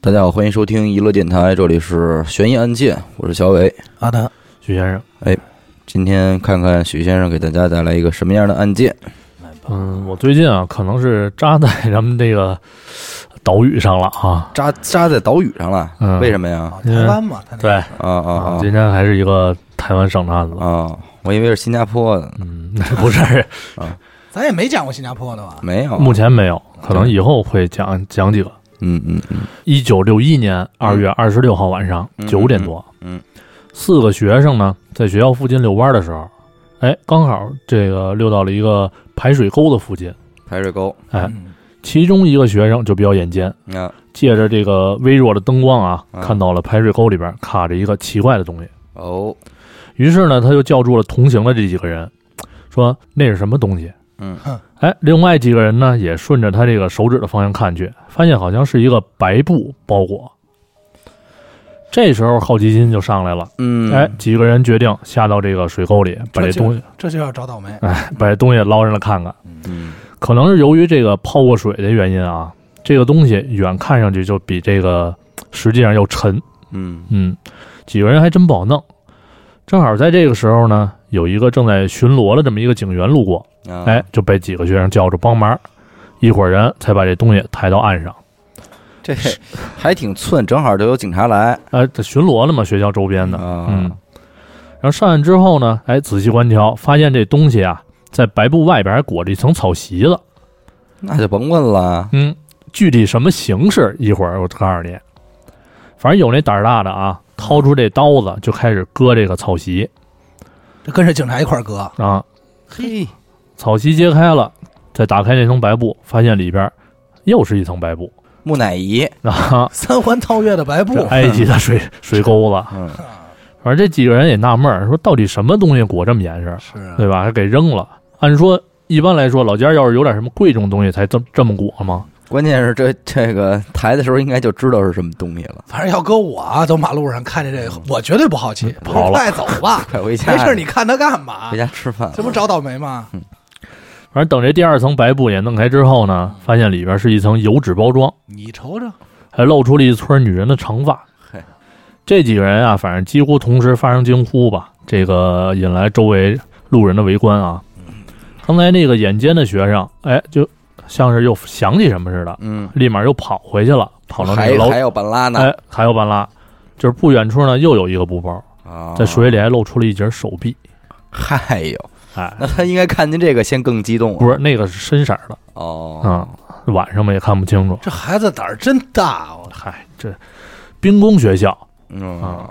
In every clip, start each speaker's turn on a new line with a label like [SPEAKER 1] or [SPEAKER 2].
[SPEAKER 1] 大家好，欢迎收听娱乐电台，这里是悬疑案件，我是小伟。
[SPEAKER 2] 阿达，
[SPEAKER 3] 许先生，
[SPEAKER 1] 今天看看许先生给大家带来一个什么样的案件？
[SPEAKER 3] 嗯，我最近啊，可能是扎在咱们这个岛屿上了啊，
[SPEAKER 1] 扎扎在岛屿上了，
[SPEAKER 3] 嗯
[SPEAKER 1] 为什么呀？
[SPEAKER 2] 啊台湾嘛，他那
[SPEAKER 3] 对
[SPEAKER 2] 个
[SPEAKER 1] 啊啊啊
[SPEAKER 3] 今天还是一个台湾省的案子，
[SPEAKER 1] 啊！我以为是新加坡的，
[SPEAKER 3] 嗯， 不是，
[SPEAKER 2] 咱也没讲过新加坡的吧？
[SPEAKER 1] 没有。
[SPEAKER 3] 目前没有，可能
[SPEAKER 1] 对
[SPEAKER 3] 以后会讲讲几个。
[SPEAKER 1] 嗯嗯嗯
[SPEAKER 3] 一九六一年二月二十六号晚上
[SPEAKER 1] 嗯
[SPEAKER 3] 九点多，
[SPEAKER 1] 嗯，
[SPEAKER 3] 四个学生呢在学校附近遛弯的时候，哎，刚好这个遛到了一个排水沟的附近，
[SPEAKER 1] 排水沟，
[SPEAKER 3] 哎
[SPEAKER 2] 嗯
[SPEAKER 3] 其中一个学生就比较眼尖，
[SPEAKER 1] 你看
[SPEAKER 3] 借着这个微弱的灯光啊，
[SPEAKER 1] 嗯
[SPEAKER 3] 看到了排水沟里边卡着一个奇怪的东西。
[SPEAKER 1] 哦，
[SPEAKER 3] 于是呢，他就叫住了同行的这几个人，说那是什么东西？
[SPEAKER 1] 嗯
[SPEAKER 3] 哎，另外几个人呢，也顺着他这个手指的方向看去，发现好像是一个白布包裹。这时候好奇心就上来了，
[SPEAKER 1] 嗯，
[SPEAKER 3] 哎，几个人决定下到这个水沟里，把这
[SPEAKER 2] 这就
[SPEAKER 3] 东西，
[SPEAKER 2] 这就要找倒霉。
[SPEAKER 3] 哎，把这东西捞上来看看。
[SPEAKER 1] 嗯，
[SPEAKER 3] 可能是由于这个泡过水的原因啊，这个东西远看上去就比这个实际上要沉。
[SPEAKER 1] 嗯
[SPEAKER 3] 嗯，几个人还真不好弄。正好在这个时候呢，有一个正在巡逻的这么一个警员路过，
[SPEAKER 1] 嗯，啊
[SPEAKER 3] 哎，，就被几个学生叫住帮忙，一伙人才把这东西抬到岸上。
[SPEAKER 1] 这还挺寸，正好就有警察来
[SPEAKER 3] 哎，这巡逻了嘛，学校周边的。
[SPEAKER 1] 啊，
[SPEAKER 3] 嗯，然后上岸之后呢，哎，仔细观瞧，发现这东西啊，在白布外边还裹着一层草
[SPEAKER 1] 嗯
[SPEAKER 3] 席子。
[SPEAKER 1] 那就甭问了，
[SPEAKER 3] 嗯，具体什么形式，一会儿我告诉你。反正有那胆儿大的啊，掏出这刀子就开始割这个草席
[SPEAKER 2] 这跟着警察一块儿割，
[SPEAKER 3] 啊。
[SPEAKER 1] 嘿，
[SPEAKER 3] 草席揭开了，再打开那层白布，发现里边儿又是一层白布
[SPEAKER 1] 木乃伊，
[SPEAKER 3] 啊！
[SPEAKER 2] 三环套月的白布
[SPEAKER 3] 这，埃及的 水水沟子，
[SPEAKER 1] 嗯
[SPEAKER 3] 反正这几个人也纳闷儿，说到底什么东西裹这么严实，
[SPEAKER 2] 是啊
[SPEAKER 3] 对吧？还给扔了。按说一般来说，老家要是有点什么贵重东西才这么这么裹吗？
[SPEAKER 1] 关键是这这个抬的时候应该就知道是什么东西了，，
[SPEAKER 2] 反正要搁我啊，走马路上看见这个，我绝对不好奇，
[SPEAKER 3] 嗯 跑了
[SPEAKER 2] 快走 吧
[SPEAKER 1] 快回家，
[SPEAKER 2] 没事，你看他干嘛
[SPEAKER 1] 回？家吃饭了，
[SPEAKER 2] 这不找倒霉吗？
[SPEAKER 3] 嗯反正等这第二层白布也弄开之后呢，发现里边是一层油纸包装，
[SPEAKER 2] 你瞅瞅，
[SPEAKER 3] 还露出了一撮女人的长发
[SPEAKER 1] 嘿。
[SPEAKER 3] 这几个人啊，反正几乎同时发生惊呼吧，这个引来周围路人的围观啊。
[SPEAKER 1] 嗯
[SPEAKER 3] 刚才那个眼尖的学生，哎，就像是又想起什么似的，
[SPEAKER 1] 嗯，
[SPEAKER 3] 立马又跑回去了，跑到那
[SPEAKER 1] 还
[SPEAKER 3] 个楼
[SPEAKER 1] 还，有半拉呢，
[SPEAKER 3] 哎，还有半拉，就是不远处呢又有一个布包，
[SPEAKER 1] 啊，
[SPEAKER 3] 在水里还露出了一截手臂，
[SPEAKER 1] 嗨呦，
[SPEAKER 3] 哎，
[SPEAKER 1] 那他应该看见这个先更激动了
[SPEAKER 3] 不是那个是深色的
[SPEAKER 1] 哦，
[SPEAKER 3] 啊、晚上嘛也看不清楚。
[SPEAKER 2] 这孩子胆儿真大哦！
[SPEAKER 3] 嗨，这兵工学校，
[SPEAKER 1] 嗯
[SPEAKER 3] 啊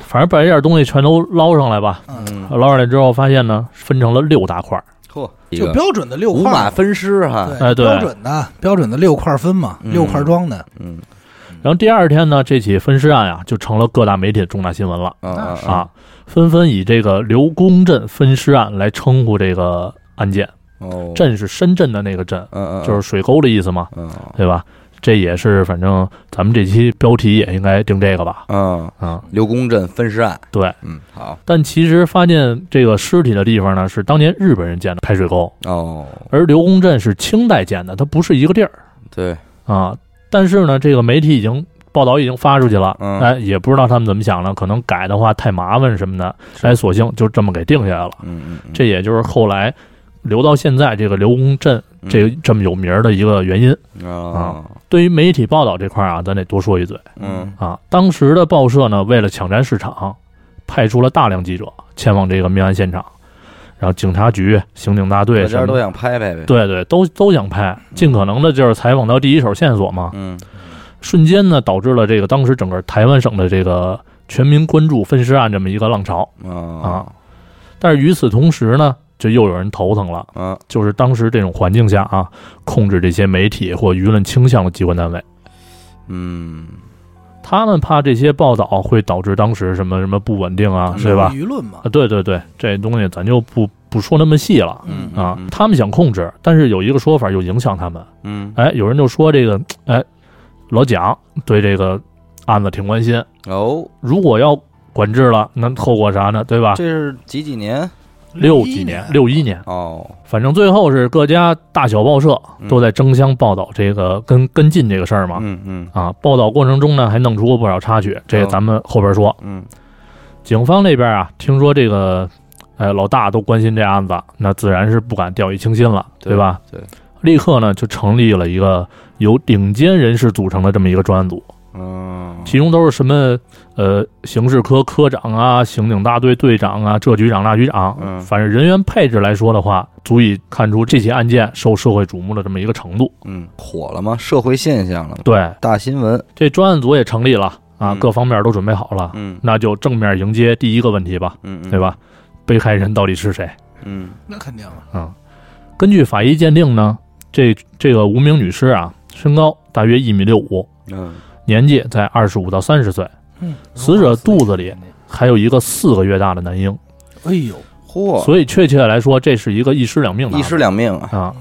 [SPEAKER 3] 反正把这点东西全都捞上来吧，
[SPEAKER 2] 嗯，
[SPEAKER 1] 嗯，
[SPEAKER 3] 捞上来之后，发现呢分成了六大块儿。
[SPEAKER 1] 嚯，一
[SPEAKER 2] 就
[SPEAKER 1] 个
[SPEAKER 2] 标准的六
[SPEAKER 1] 五
[SPEAKER 2] 块
[SPEAKER 1] 马
[SPEAKER 2] 儿，
[SPEAKER 1] 分尸哈，
[SPEAKER 3] 哎对
[SPEAKER 2] 标准的标准的六块分嘛，
[SPEAKER 1] 嗯
[SPEAKER 2] 六块装的，
[SPEAKER 1] 嗯
[SPEAKER 3] 然后第二天呢，这起分尸案啊就成了各大媒体的重大新闻了
[SPEAKER 1] 啊啊啊
[SPEAKER 3] 啊，纷纷以这个刘公镇分尸案来称呼这个案件。
[SPEAKER 1] 哦，
[SPEAKER 3] 镇是深圳的那个镇，
[SPEAKER 1] 嗯嗯，
[SPEAKER 3] 就是水沟的意思嘛，
[SPEAKER 1] 嗯
[SPEAKER 3] 对吧？这也是反正咱们这期标题也应该定这个吧，
[SPEAKER 1] 嗯，
[SPEAKER 3] 啊、
[SPEAKER 1] 刘公镇分尸案，
[SPEAKER 3] 对。
[SPEAKER 1] 嗯，好
[SPEAKER 3] 但其实发现这个尸体的地方呢，是当年日本人建的排水沟，
[SPEAKER 1] 哦，
[SPEAKER 3] 而刘公镇是清代建的，它不是一个地儿。
[SPEAKER 1] 对，
[SPEAKER 3] 啊，但是呢，这个媒体已经报道已经发出去了，
[SPEAKER 1] 嗯
[SPEAKER 3] 哎，也不知道他们怎么想的，可能改的话太麻烦什么的，哎，索性就这么给定下来了。
[SPEAKER 1] 嗯嗯，
[SPEAKER 3] 这也就是后来留到现在这个刘公镇
[SPEAKER 1] 嗯
[SPEAKER 3] 这个这么有名儿的一个原因。
[SPEAKER 1] 啊，
[SPEAKER 3] 对于媒体报道这块儿啊，咱得多说一嘴
[SPEAKER 1] 嗯
[SPEAKER 3] 啊。当时的报社呢，为了抢占市场，派出了大量记者前往这个命案现场，然后警察局、刑警大队
[SPEAKER 1] 大
[SPEAKER 3] 什
[SPEAKER 1] 家
[SPEAKER 3] 么
[SPEAKER 1] 都
[SPEAKER 3] 的，
[SPEAKER 1] 想拍拍呗，，
[SPEAKER 3] 对对，都都想拍，尽可能的就是采访到第一手线索嘛。
[SPEAKER 1] 嗯
[SPEAKER 3] 瞬间呢，导致了这个当时整个台湾省的这个全民关注分尸案这么一个浪潮。
[SPEAKER 1] 啊
[SPEAKER 3] 但是与此同时呢，就又有人头疼了，
[SPEAKER 1] 啊，
[SPEAKER 3] 就是当时这种环境下啊，控制这些媒体或舆论倾向的机关单位，
[SPEAKER 1] 嗯
[SPEAKER 3] 他们怕这些报道会导致当时什么什么不稳定啊，是吧？
[SPEAKER 2] 舆论嘛
[SPEAKER 3] 啊，，对对对，这东西咱就不不说那么细了。
[SPEAKER 1] 嗯
[SPEAKER 3] 啊，他们想控制，但是有一个说法又影响他们。
[SPEAKER 1] 嗯
[SPEAKER 3] 哎，有人就说这个，哎，老蒋对这个案子挺关心，
[SPEAKER 1] 哦，
[SPEAKER 3] 如果要管制了，那后果啥呢？对吧？
[SPEAKER 1] 这是几几年？
[SPEAKER 3] 六几年，六一年，
[SPEAKER 1] 哦，
[SPEAKER 3] 反正最后是各家大小报社都在争相报道这个跟跟进这个事儿嘛。
[SPEAKER 1] 嗯嗯
[SPEAKER 3] 啊，报道过程中呢，还弄出过不少插曲，这
[SPEAKER 1] 哦
[SPEAKER 3] 咱们后边说。
[SPEAKER 1] 嗯
[SPEAKER 3] 警方那边啊，听说这个，呃，老大都关心这案子，那自然是不敢掉以轻心了，
[SPEAKER 1] 对
[SPEAKER 3] 吧？
[SPEAKER 1] 对，
[SPEAKER 3] 立刻呢就成立了一个由顶尖人士组成的这么一个专案组，
[SPEAKER 1] 嗯，
[SPEAKER 3] 其中都是什么呃刑事科科长啊、刑警大队队长啊、这局长那局长，
[SPEAKER 1] 嗯
[SPEAKER 3] 反正人员配置来说的话，足以看出这起案件受社会瞩目的这么一个程度。
[SPEAKER 1] 嗯火了吗？社会现象了吗？
[SPEAKER 3] 对，
[SPEAKER 1] 大新闻，
[SPEAKER 3] 这专案组也成立了啊，
[SPEAKER 1] 嗯
[SPEAKER 3] 各方面都准备好了，
[SPEAKER 1] 嗯
[SPEAKER 3] 那就正面迎接第一个问题吧，
[SPEAKER 1] 嗯，嗯
[SPEAKER 3] 对？吧？被害人到底是谁？
[SPEAKER 1] 嗯
[SPEAKER 2] 那肯定啊，
[SPEAKER 3] 啊，根据法医鉴定呢，这这个无名女尸啊，身高大约一米六五，
[SPEAKER 1] 嗯
[SPEAKER 3] 年纪在二十五到三十岁，
[SPEAKER 2] 嗯，
[SPEAKER 3] 死者肚子里还有一个四个月大的男婴，
[SPEAKER 2] 哎呦，
[SPEAKER 1] 嚯，
[SPEAKER 3] 所以确切来说，这是一个一尸两命的案
[SPEAKER 1] 一
[SPEAKER 3] 子
[SPEAKER 1] 尸两命啊！
[SPEAKER 3] 啊。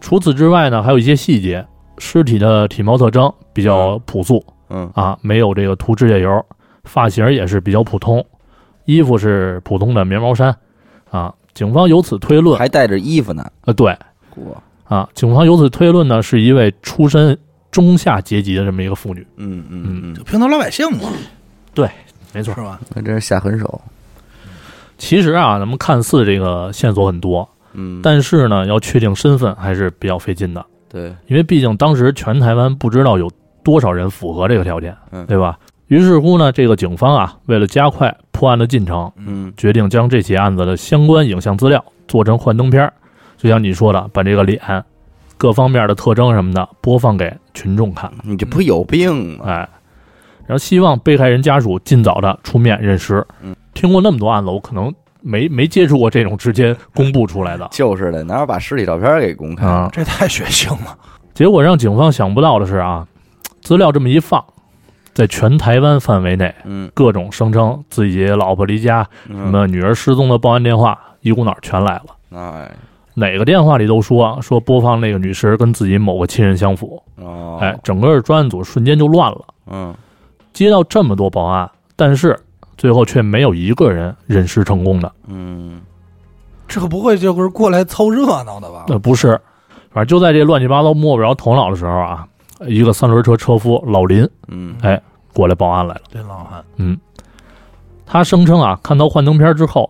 [SPEAKER 3] 除此之外呢，还有一些细节，尸体的体貌特征比较朴素
[SPEAKER 1] 嗯
[SPEAKER 3] 啊，没有这个涂指甲油，发型也是比较普通，衣服是普通的棉毛衫啊。警方由此推论，
[SPEAKER 1] 还带着衣服呢，
[SPEAKER 3] 呃，对，
[SPEAKER 1] 嚯，
[SPEAKER 3] 啊，警方由此推论呢，是一位出身中下阶级的这么一个妇女。
[SPEAKER 1] 嗯嗯嗯，
[SPEAKER 2] 平头老百姓嘛，
[SPEAKER 3] 没
[SPEAKER 2] 是，吧？
[SPEAKER 1] 那真是下狠手，
[SPEAKER 3] 其实啊，咱们看似这个线索很多，
[SPEAKER 1] 嗯，
[SPEAKER 3] 但是呢，要确定身份还是比较费劲的，
[SPEAKER 1] 对，
[SPEAKER 3] 因为毕竟当时全台湾不知道有多少人符合这个条件
[SPEAKER 1] 嗯，
[SPEAKER 3] 对吧？于是乎呢，这个警方啊，为了加快破案的进程，
[SPEAKER 1] 嗯
[SPEAKER 3] 决定将这起案子的相关影像资料做成幻灯片儿，就像你说的，把这个脸、各方面的特征什么的播放给群众看。
[SPEAKER 1] 你这不有病吗？
[SPEAKER 3] 哎，然后希望被害人家属尽早的出面认尸。
[SPEAKER 1] 嗯，。
[SPEAKER 3] 听过那么多案子，我可能没没接触过这种直接公布出来的
[SPEAKER 1] 就是的，哪有把尸体照片给公开？
[SPEAKER 3] 啊
[SPEAKER 2] 这太血腥了，
[SPEAKER 3] 结果让警方想不到的是啊，资料这么一放，在全台湾范围内，
[SPEAKER 1] 嗯，
[SPEAKER 3] 各种声称自己老婆离家、什
[SPEAKER 1] 什？
[SPEAKER 3] 么女儿失踪的报案电话，一股脑儿全来了。
[SPEAKER 1] 哎，
[SPEAKER 3] 哪个电话里都说说播放那个女尸跟自己某个亲人相符，
[SPEAKER 1] 哦，
[SPEAKER 3] 哎，，整个专案组瞬间就乱了。
[SPEAKER 1] 嗯，
[SPEAKER 3] 接到这么多报案，但是最后却没有一个人认尸成功的。
[SPEAKER 1] 嗯，
[SPEAKER 2] 这可不会就是过来凑热闹的吧？
[SPEAKER 3] 那、不是，反正就在这乱七八糟摸不着头脑的时候啊，一个三轮车车夫老林
[SPEAKER 1] 嗯，
[SPEAKER 3] 哎过来报案来了。
[SPEAKER 2] 林老汉，
[SPEAKER 3] 嗯，他声称啊，看到幻灯片之后，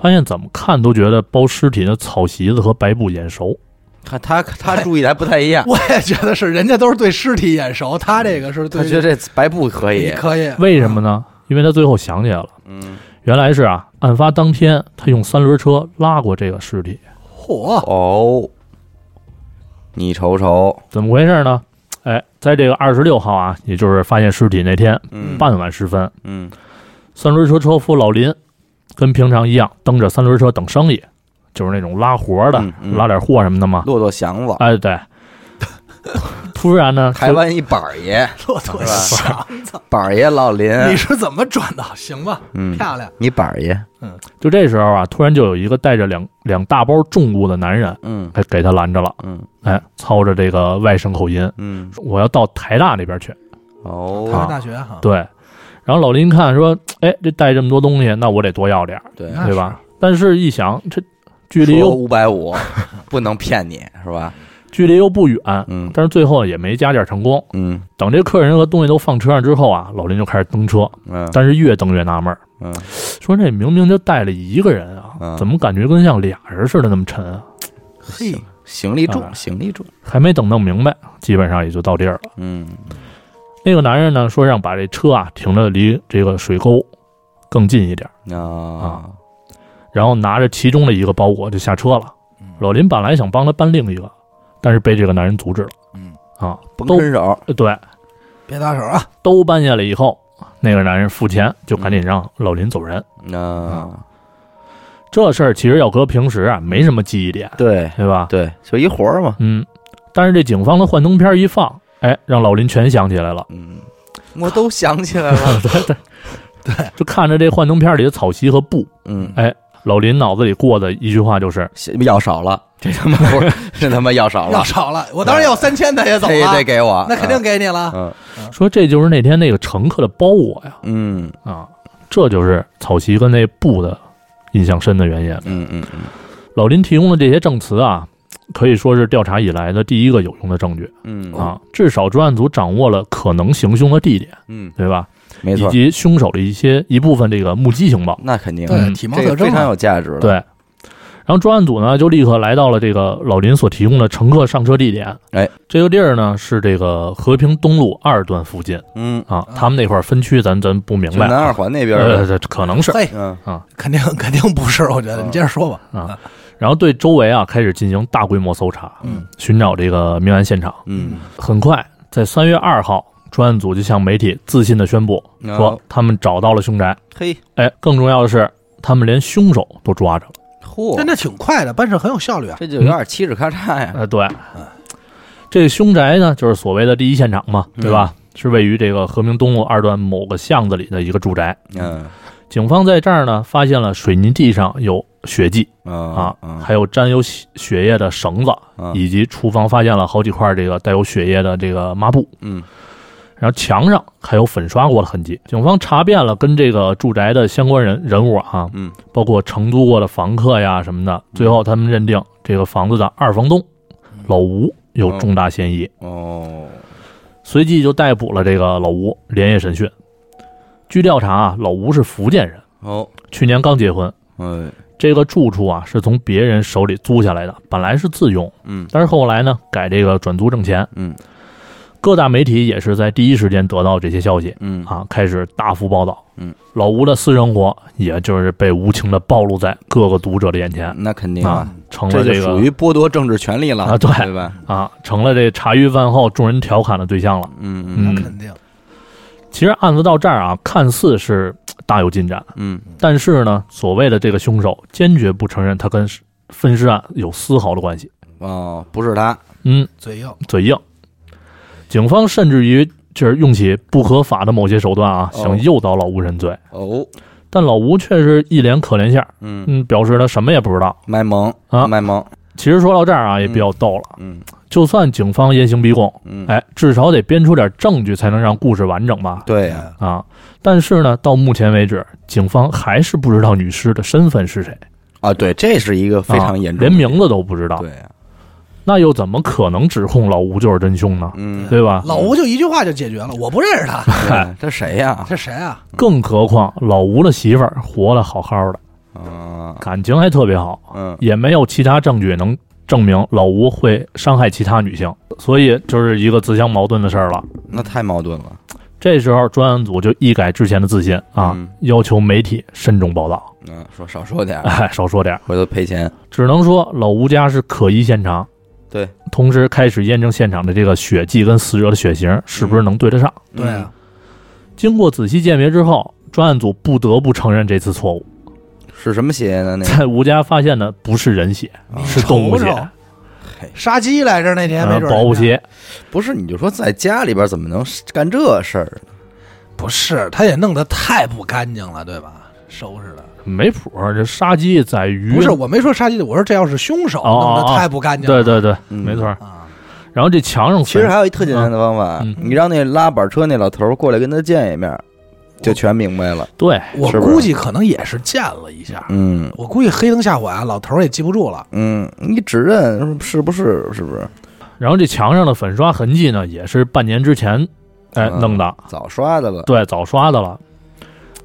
[SPEAKER 3] 发现怎么看都觉得包尸体的草席子和白布眼熟。
[SPEAKER 1] 他他他注意的还不太一样，
[SPEAKER 2] 我也觉得是，人家都是对尸体眼熟，他这个是
[SPEAKER 1] 他
[SPEAKER 2] 对
[SPEAKER 1] 觉得这白布可以，
[SPEAKER 2] 可以，
[SPEAKER 3] 为什么呢？因为他最后想起来了，
[SPEAKER 1] 嗯，
[SPEAKER 3] 原来是啊，案发当天他用三轮车拉过这个尸体。
[SPEAKER 2] 嚯，
[SPEAKER 1] 哦，你瞅瞅，
[SPEAKER 3] 怎么回事呢？哎，在这个二十六号啊，也就是发现尸体那天
[SPEAKER 1] 嗯
[SPEAKER 3] 傍晚时分，
[SPEAKER 1] 嗯
[SPEAKER 3] 三轮车车夫老林跟平常一样，蹬着三轮车等生意，就是那种拉活的，
[SPEAKER 1] 嗯嗯
[SPEAKER 3] 拉点货什么的嘛。
[SPEAKER 1] 骆驼祥子，
[SPEAKER 3] 哎，对。 突然呢，
[SPEAKER 1] 台湾一板儿爷，
[SPEAKER 2] 骆驼 祥子，
[SPEAKER 1] 板儿爷老林，
[SPEAKER 2] 你是怎么转的？行吧，
[SPEAKER 1] 嗯，
[SPEAKER 2] 漂亮，
[SPEAKER 1] 你板儿爷，
[SPEAKER 3] 就就这时候啊，突然就有一个带着两两大包重物的男人，
[SPEAKER 1] 嗯
[SPEAKER 3] 给给他拦着了。
[SPEAKER 1] 嗯
[SPEAKER 3] 哎，操着这个外省口音，
[SPEAKER 1] 嗯，
[SPEAKER 3] 说我要到台大那边去。
[SPEAKER 1] 啊
[SPEAKER 2] 台湾
[SPEAKER 1] 哦，
[SPEAKER 2] 大学哈，
[SPEAKER 3] 对，然后老林一看说，哎，这带这么多东西，那我得多要点儿，
[SPEAKER 1] 对，
[SPEAKER 2] 那
[SPEAKER 3] 对吧？但是一想，这距离又
[SPEAKER 1] 五百五，不能骗你是吧？
[SPEAKER 3] 距离又不远，
[SPEAKER 1] 嗯
[SPEAKER 3] 但是最后也没加价成功。
[SPEAKER 1] 嗯
[SPEAKER 3] 等这客人和东西都放车上之后啊，老林就开始蹬车，
[SPEAKER 1] 嗯
[SPEAKER 3] 但是越蹬越纳闷儿，
[SPEAKER 1] 嗯，
[SPEAKER 3] 说这明明就带了一个人啊
[SPEAKER 1] 嗯，
[SPEAKER 3] 怎么感觉跟像俩人似的那么沉啊？
[SPEAKER 2] 嘿，
[SPEAKER 1] 行李重，
[SPEAKER 3] 啊
[SPEAKER 1] 行李重，
[SPEAKER 3] 还没等弄明白，基本上也就到地儿了。
[SPEAKER 1] 嗯
[SPEAKER 3] 那个男人呢说让把这车啊停的离这个水沟更近一点儿，
[SPEAKER 1] 啊，
[SPEAKER 3] 然后拿着其中的一个包裹就下车了。老林本来想帮他搬另一个，但是被这个男人阻止了。
[SPEAKER 2] 嗯
[SPEAKER 3] 啊，
[SPEAKER 1] 甭
[SPEAKER 3] 都
[SPEAKER 1] 伸手，
[SPEAKER 3] 呃对，
[SPEAKER 2] 别搭手啊，
[SPEAKER 3] 都搬下来以后，那个男人付钱就赶紧让老林走人。
[SPEAKER 1] 啊，
[SPEAKER 3] 这事儿其实要搁平时啊，没什么记忆点，
[SPEAKER 1] 对
[SPEAKER 3] 对吧？
[SPEAKER 1] 对，就一活儿嘛，
[SPEAKER 3] 嗯，但是这警方的幻灯片一放，哎，让老林全想起来 了，
[SPEAKER 1] 嗯，我都想起来 了，
[SPEAKER 3] 就看着这幻灯片里的草席和布，
[SPEAKER 1] 嗯，
[SPEAKER 3] 老林脑子里过的一句话就是
[SPEAKER 1] 药少了，这他妈不是，这他妈药少了
[SPEAKER 2] 要，少了，我当然要三千，他也走
[SPEAKER 1] 这也得
[SPEAKER 2] 了，
[SPEAKER 1] 给我，
[SPEAKER 2] 那肯定给你了，
[SPEAKER 1] 嗯，
[SPEAKER 3] 说这就是那天那个乘客的包裹呀，
[SPEAKER 1] 嗯
[SPEAKER 3] 啊，这就是草席跟那布的印象深的原因。
[SPEAKER 1] 嗯嗯嗯
[SPEAKER 3] 老林提供的这些证词啊，可以说是调查以来的第一个有用的证据
[SPEAKER 1] 嗯
[SPEAKER 3] 啊，至少专案组掌握了可能行凶的地点，
[SPEAKER 1] 嗯，
[SPEAKER 3] 对吧？
[SPEAKER 1] 没
[SPEAKER 3] 以
[SPEAKER 1] 错，
[SPEAKER 3] 及凶手的一些一部分这个目击情报。
[SPEAKER 1] 那肯定
[SPEAKER 3] 嗯
[SPEAKER 2] 对，体貌
[SPEAKER 1] 这
[SPEAKER 2] 特
[SPEAKER 1] 个
[SPEAKER 2] 征
[SPEAKER 1] 非常
[SPEAKER 2] 啊
[SPEAKER 1] 有价值了。
[SPEAKER 3] 对，然后专案组呢就立刻来到了这个老林所提供的乘客上车地点。
[SPEAKER 1] 哎，
[SPEAKER 3] 这个地儿呢是这个和平东路二段附近
[SPEAKER 1] 嗯，
[SPEAKER 3] 啊，他们那块儿分区咱咱不明
[SPEAKER 1] 就
[SPEAKER 3] 白
[SPEAKER 1] 南二
[SPEAKER 3] 啊，
[SPEAKER 1] 环那边
[SPEAKER 3] 呃，
[SPEAKER 1] 的，
[SPEAKER 3] 这可能是。
[SPEAKER 2] 嘿，
[SPEAKER 1] 嗯
[SPEAKER 2] 肯定肯定不是，我觉得
[SPEAKER 1] 嗯
[SPEAKER 2] 你接着说吧。
[SPEAKER 3] 啊然后对周围啊开始进行大规模搜查，
[SPEAKER 2] 嗯，
[SPEAKER 3] 寻找这个命案现场。
[SPEAKER 1] 嗯，
[SPEAKER 3] 很快，在三月二号，专案组就向媒体自信的宣布
[SPEAKER 1] 哦
[SPEAKER 3] 说，他们找到了凶宅。
[SPEAKER 1] 嘿，
[SPEAKER 3] 哎，更重要的是，他们连凶手都抓着了。
[SPEAKER 1] 嚯
[SPEAKER 2] 但，那挺快的，办事很有效率啊。
[SPEAKER 1] 这就有点嘁哧咔嚓呀。
[SPEAKER 3] 呃，对，这凶宅呢，就是所谓的第一现场嘛，对吧？是位于这个和平东路二段某个巷子里的一个住宅。
[SPEAKER 1] 嗯
[SPEAKER 3] 警方在这儿呢，发现了水泥地上有血迹啊
[SPEAKER 1] 啊，
[SPEAKER 3] 还有沾有血血液的绳子，
[SPEAKER 1] 啊
[SPEAKER 3] 以及厨房发现了好几块这个带有血液的这个抹布，
[SPEAKER 1] 嗯
[SPEAKER 3] 然后墙上还有粉刷过的痕迹。警方查遍了跟这个住宅的相关人人物啊，
[SPEAKER 1] 嗯，
[SPEAKER 3] 包括承租过的房客呀什么的，最后他们认定这个房子的二房东老吴有重大嫌疑。
[SPEAKER 1] 哦，
[SPEAKER 3] 随即就逮捕了这个老吴，连夜审讯。据调查啊，老吴是福建人，
[SPEAKER 1] 哦，
[SPEAKER 3] 去年刚结婚。
[SPEAKER 1] 哎，
[SPEAKER 3] 这个住处啊是从别人手里租下来的，本来是自用，
[SPEAKER 1] 嗯
[SPEAKER 3] 但是后来呢改这个转租挣钱。
[SPEAKER 1] 嗯
[SPEAKER 3] 各大媒体也是在第一时间得到这些消息
[SPEAKER 1] 嗯
[SPEAKER 3] 啊，开始大幅报道。
[SPEAKER 1] 嗯，
[SPEAKER 3] 老吴的私生活也就是被无情的暴露在各个读者的眼前，
[SPEAKER 1] 那肯定
[SPEAKER 3] 啊
[SPEAKER 1] 啊，
[SPEAKER 3] 成了
[SPEAKER 1] 这就
[SPEAKER 3] 这
[SPEAKER 1] 属
[SPEAKER 3] 个
[SPEAKER 1] 于剥夺政治权利了
[SPEAKER 3] 啊对
[SPEAKER 1] 对吧？
[SPEAKER 3] 啊，成了这茶余饭后众人调侃的对象了。
[SPEAKER 1] 嗯
[SPEAKER 2] 那
[SPEAKER 1] 嗯
[SPEAKER 2] 肯定，
[SPEAKER 3] 其实案子到这儿啊，看似是嘖大有进展，
[SPEAKER 1] 嗯
[SPEAKER 3] 但是呢，所谓的这个凶手坚决不承认他跟分尸案有丝毫的关系。
[SPEAKER 1] 哦，不是他，
[SPEAKER 3] 嗯，
[SPEAKER 2] 嘴硬，
[SPEAKER 3] 嘴硬。警方甚至于就是用起不合法的某些手段啊，
[SPEAKER 1] 哦
[SPEAKER 3] 想诱导老吴认罪。
[SPEAKER 1] 哦，
[SPEAKER 3] 但老吴却是一脸可怜相，
[SPEAKER 1] 嗯，
[SPEAKER 3] 嗯，表示他什么也不知道。
[SPEAKER 1] 卖萌
[SPEAKER 3] 啊
[SPEAKER 1] 卖萌，
[SPEAKER 3] 其实说到这儿啊，也比较逗了。
[SPEAKER 1] 嗯
[SPEAKER 3] 就算警方严刑逼供，
[SPEAKER 1] 嗯，，
[SPEAKER 3] 哎，至少得编出点证据才能让故事完整吧？
[SPEAKER 1] 对呀，
[SPEAKER 3] 啊，但是呢，到目前为止，警方还是不知道女尸的身份是谁，
[SPEAKER 1] 啊，对，这是一个非
[SPEAKER 3] 啊
[SPEAKER 1] 常严重的，
[SPEAKER 3] 连名啊字都不知道。
[SPEAKER 1] 对啊呀，
[SPEAKER 3] 那又怎么可能指控老吴就是真凶呢？
[SPEAKER 1] 嗯，
[SPEAKER 3] 对吧？
[SPEAKER 2] 老吴就一句话就解决了，我不认识他，
[SPEAKER 3] 啊
[SPEAKER 1] 对这谁呀？
[SPEAKER 2] 这谁啊？
[SPEAKER 3] 更何况老吴的媳妇儿活得好好的，
[SPEAKER 1] 啊，
[SPEAKER 3] 感情还特别好，
[SPEAKER 1] 嗯
[SPEAKER 3] 也没有其他证据能证明老吴会伤害其他女性，所以就是一个自相矛盾的事儿了。
[SPEAKER 1] 那太矛盾了
[SPEAKER 3] 这时候专案组就一改之前的自信啊，
[SPEAKER 1] 嗯
[SPEAKER 3] 要求媒体慎重报道，
[SPEAKER 1] 嗯，说少说点儿，
[SPEAKER 3] 哎，少说点儿。
[SPEAKER 1] 回头赔钱。
[SPEAKER 3] 只能说老吴家是可疑现场，
[SPEAKER 1] 对，
[SPEAKER 3] 同时开始验证现场的这个血迹跟死者的血型是
[SPEAKER 2] 嗯
[SPEAKER 3] 不是能对得上。
[SPEAKER 2] 对啊，
[SPEAKER 3] 嗯经过仔细鉴别之后，专案组不得不承认这次错误，
[SPEAKER 1] 嗯，是什么鞋呢？那个
[SPEAKER 3] 在吴家发现的不是人血，
[SPEAKER 1] 啊
[SPEAKER 2] 你
[SPEAKER 3] 是动物血
[SPEAKER 2] 瞅，瞅杀鸡来着那天哎没
[SPEAKER 3] 呃，
[SPEAKER 2] 准
[SPEAKER 3] 保护
[SPEAKER 2] 人家
[SPEAKER 3] 鞋。
[SPEAKER 1] 不是，你就说在家里边怎么能干这事儿？
[SPEAKER 2] 不是，他也弄得太不干净了，对吧？收拾的
[SPEAKER 3] 没谱儿，这杀鸡宰鱼
[SPEAKER 2] 不是，我没说杀鸡的，我说这要是凶手
[SPEAKER 3] 哦
[SPEAKER 2] 弄
[SPEAKER 3] 哦哦
[SPEAKER 2] 得太不干净
[SPEAKER 3] 对
[SPEAKER 2] 了，
[SPEAKER 3] 对对，
[SPEAKER 1] 嗯
[SPEAKER 3] 没错儿。
[SPEAKER 2] 啊，
[SPEAKER 3] 然后这墙上
[SPEAKER 1] 其实还有一特简单的方法
[SPEAKER 3] 嗯，
[SPEAKER 1] 你让那拉板车那老头儿过来跟他见一面，就全明白了。
[SPEAKER 3] 对，
[SPEAKER 2] 我
[SPEAKER 1] 是不是
[SPEAKER 2] 估计可能也是见了一下，
[SPEAKER 1] 嗯
[SPEAKER 2] 我估计黑灯瞎火啊，老头儿也记不住了，
[SPEAKER 1] 嗯，你指认是不是？是不是？
[SPEAKER 3] 然后这墙上的粉刷痕迹呢，也是半年之前哎
[SPEAKER 1] 嗯
[SPEAKER 3] 弄的，
[SPEAKER 1] 早刷的了。
[SPEAKER 3] 对，早刷的了。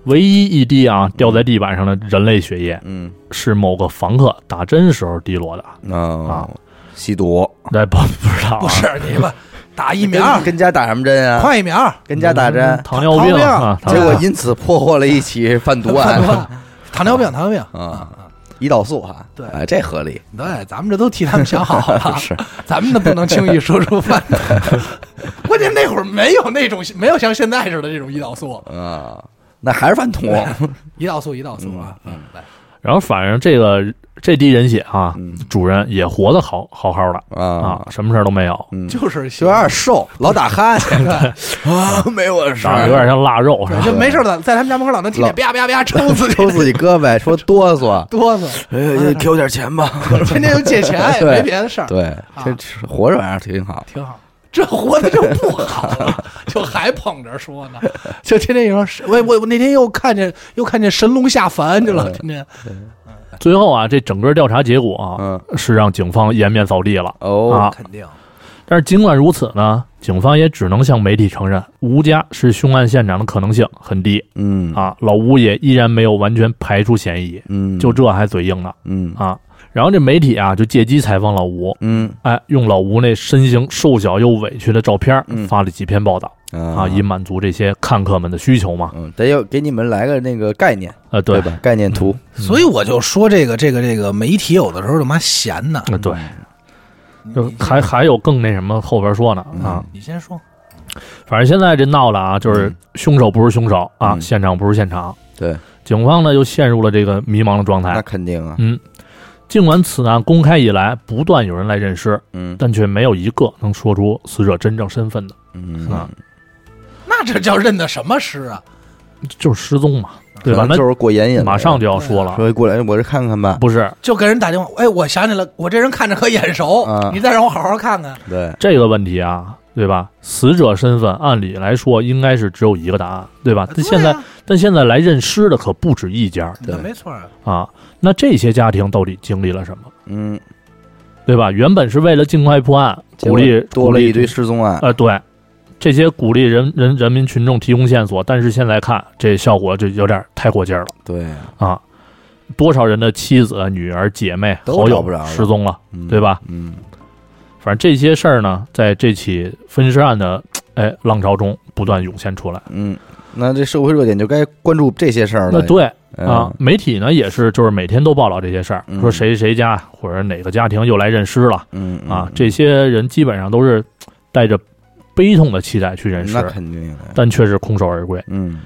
[SPEAKER 3] 唯一一滴啊掉在地板上的人类血液，
[SPEAKER 1] 嗯
[SPEAKER 3] 是某个房客打针时候滴落的，
[SPEAKER 1] 啊，吸毒
[SPEAKER 3] 那不不知道啊、
[SPEAKER 2] 不是你 们打疫苗，
[SPEAKER 1] 跟跟家打什么针啊？
[SPEAKER 2] 快疫苗，
[SPEAKER 1] 跟家打针，
[SPEAKER 3] 糖尿病啊，
[SPEAKER 2] 糖
[SPEAKER 1] 结果
[SPEAKER 2] 尿病
[SPEAKER 1] 因此破获了一起贩毒 案
[SPEAKER 2] 糖尿病，糖尿病。
[SPEAKER 1] 啊，胰岛素哈，
[SPEAKER 2] 对
[SPEAKER 1] 哎，这合理。
[SPEAKER 2] 对，咱们这都替他们想好了，
[SPEAKER 1] 是
[SPEAKER 2] 咱们的不能轻易说出犯。 关键那会儿没有那种没有像现在似的这种胰岛素，
[SPEAKER 1] 啊，那还是贩 毒。啊
[SPEAKER 2] 胰岛素，胰岛素啊，嗯，来，
[SPEAKER 3] 然后反正这个这滴人血啊，
[SPEAKER 1] 嗯
[SPEAKER 3] 主人也活得好好好的
[SPEAKER 1] 啊
[SPEAKER 3] 啊，，什么事儿都没有，
[SPEAKER 1] 嗯，
[SPEAKER 2] 就是
[SPEAKER 1] 就有点瘦，老打 哈欠 啊，没我事
[SPEAKER 3] 长
[SPEAKER 1] 儿，
[SPEAKER 3] 得有点像腊肉是
[SPEAKER 1] 嗯
[SPEAKER 2] 对，
[SPEAKER 3] 吧？
[SPEAKER 2] 嗯就没事儿了，在他们家门口老能听见
[SPEAKER 1] 老
[SPEAKER 2] 啪啪啪抽自 己，
[SPEAKER 1] 抽自己胳膊，说哆嗦
[SPEAKER 2] 哆嗦，
[SPEAKER 1] 呃，给我点钱吧。啊
[SPEAKER 2] 天天就借钱，也
[SPEAKER 1] 对
[SPEAKER 2] 没别的事儿，
[SPEAKER 1] 对，这活着玩意儿挺好。
[SPEAKER 2] 挺好。这活的就不好了，就还捧着说呢，就天天有人说，我我我那天又看见又看见神龙下凡去了，天
[SPEAKER 1] 啊
[SPEAKER 2] 天
[SPEAKER 3] 最后啊，这整个调查结果啊，
[SPEAKER 1] 嗯，
[SPEAKER 3] 是让警方颜面扫地了。
[SPEAKER 1] 哦，
[SPEAKER 3] 啊
[SPEAKER 2] 肯定
[SPEAKER 3] 但是尽管如此呢，警方也只能向媒体承认吴家是凶案现场的可能性很低
[SPEAKER 1] 嗯，
[SPEAKER 3] 啊，老吴也依然没有完全排除嫌疑，
[SPEAKER 1] 嗯，
[SPEAKER 3] 就，这还嘴硬呢
[SPEAKER 1] 嗯，
[SPEAKER 3] 啊。然后这媒体啊就借机采访老吴，
[SPEAKER 1] 嗯，
[SPEAKER 3] 哎，用老吴那身形瘦小又委屈的照片
[SPEAKER 1] 嗯
[SPEAKER 3] 发了几篇报道啊，
[SPEAKER 1] 啊
[SPEAKER 3] 以满足这些看客们的需求嘛。
[SPEAKER 1] 嗯，得有给你们来个那个概念，
[SPEAKER 3] 呃，对，嗯
[SPEAKER 1] 吧？概念图，
[SPEAKER 2] 所以我就说这个这个这个媒体有的时候他妈闲呢，
[SPEAKER 3] 呃，对，
[SPEAKER 1] 嗯
[SPEAKER 3] 就还还有更那什么后边说呢啊。
[SPEAKER 2] 你先说，
[SPEAKER 3] 反正现在这闹的啊，就是
[SPEAKER 1] 嗯
[SPEAKER 3] 凶手不是凶手啊，
[SPEAKER 1] 嗯
[SPEAKER 3] 现场不是现场。
[SPEAKER 1] 对，
[SPEAKER 3] 警方呢又陷入了这个迷茫的状
[SPEAKER 1] 那
[SPEAKER 3] 态。
[SPEAKER 1] 肯定啊，
[SPEAKER 3] 嗯，尽管此案公开以来不断有人来认尸，
[SPEAKER 1] 嗯
[SPEAKER 3] 但却没有一个能说出死者真正身份的，
[SPEAKER 1] 嗯
[SPEAKER 3] 啊，
[SPEAKER 2] 那这叫认的什么诗啊？
[SPEAKER 3] 就是失踪嘛，对吧
[SPEAKER 1] 可？能
[SPEAKER 3] 那
[SPEAKER 1] 就是啊过眼瘾了，
[SPEAKER 3] 马上就要说了，
[SPEAKER 1] 说过来，我这看看吧，
[SPEAKER 3] 不是
[SPEAKER 2] 就给人打电话，哎，我想起来，我这人看着可眼熟，
[SPEAKER 1] 啊
[SPEAKER 2] 你再让我好好看看，
[SPEAKER 1] 对，
[SPEAKER 3] 这个问题啊，对吧？死者身份按理来说应该是只有一个答案，对吧？但现在
[SPEAKER 2] 对啊
[SPEAKER 3] 但现在来认尸的可不止一家
[SPEAKER 1] 对
[SPEAKER 2] 没错啊，
[SPEAKER 3] 啊。那这些家庭到底经历了什么？
[SPEAKER 1] 嗯，
[SPEAKER 3] 对吧？原本是为了尽快破案，
[SPEAKER 1] 结
[SPEAKER 3] 鼓
[SPEAKER 1] 果
[SPEAKER 3] 励
[SPEAKER 1] 多了一堆
[SPEAKER 3] 鼓
[SPEAKER 1] 失踪案
[SPEAKER 3] 励，呃，对，这些鼓励人人人民群众提供线索，但是现在看这效果就有点太过劲儿了
[SPEAKER 1] 对，
[SPEAKER 3] 啊！多少人的妻子、啊女儿、姐妹、
[SPEAKER 1] 都
[SPEAKER 3] 好
[SPEAKER 1] 找
[SPEAKER 3] 友
[SPEAKER 1] 不着了
[SPEAKER 3] 失踪了，
[SPEAKER 1] 嗯
[SPEAKER 3] 对吧？
[SPEAKER 1] 嗯
[SPEAKER 3] 反正这些事儿呢，在这起分尸案的哎浪潮中不断涌现出来。
[SPEAKER 1] 嗯，那这社会热点就该关注这些事儿了，
[SPEAKER 3] 那对
[SPEAKER 1] 嗯
[SPEAKER 3] 啊，，媒体呢也是，就是每天都报道这些事儿，
[SPEAKER 1] 嗯
[SPEAKER 3] 说谁谁家或者哪个家庭又来认尸了
[SPEAKER 1] 嗯
[SPEAKER 3] 啊。这些人基本上都是带着悲痛的期待去认
[SPEAKER 1] 嗯
[SPEAKER 3] 尸
[SPEAKER 1] 那，肯定的，
[SPEAKER 3] 但却是空手而归。
[SPEAKER 1] 嗯，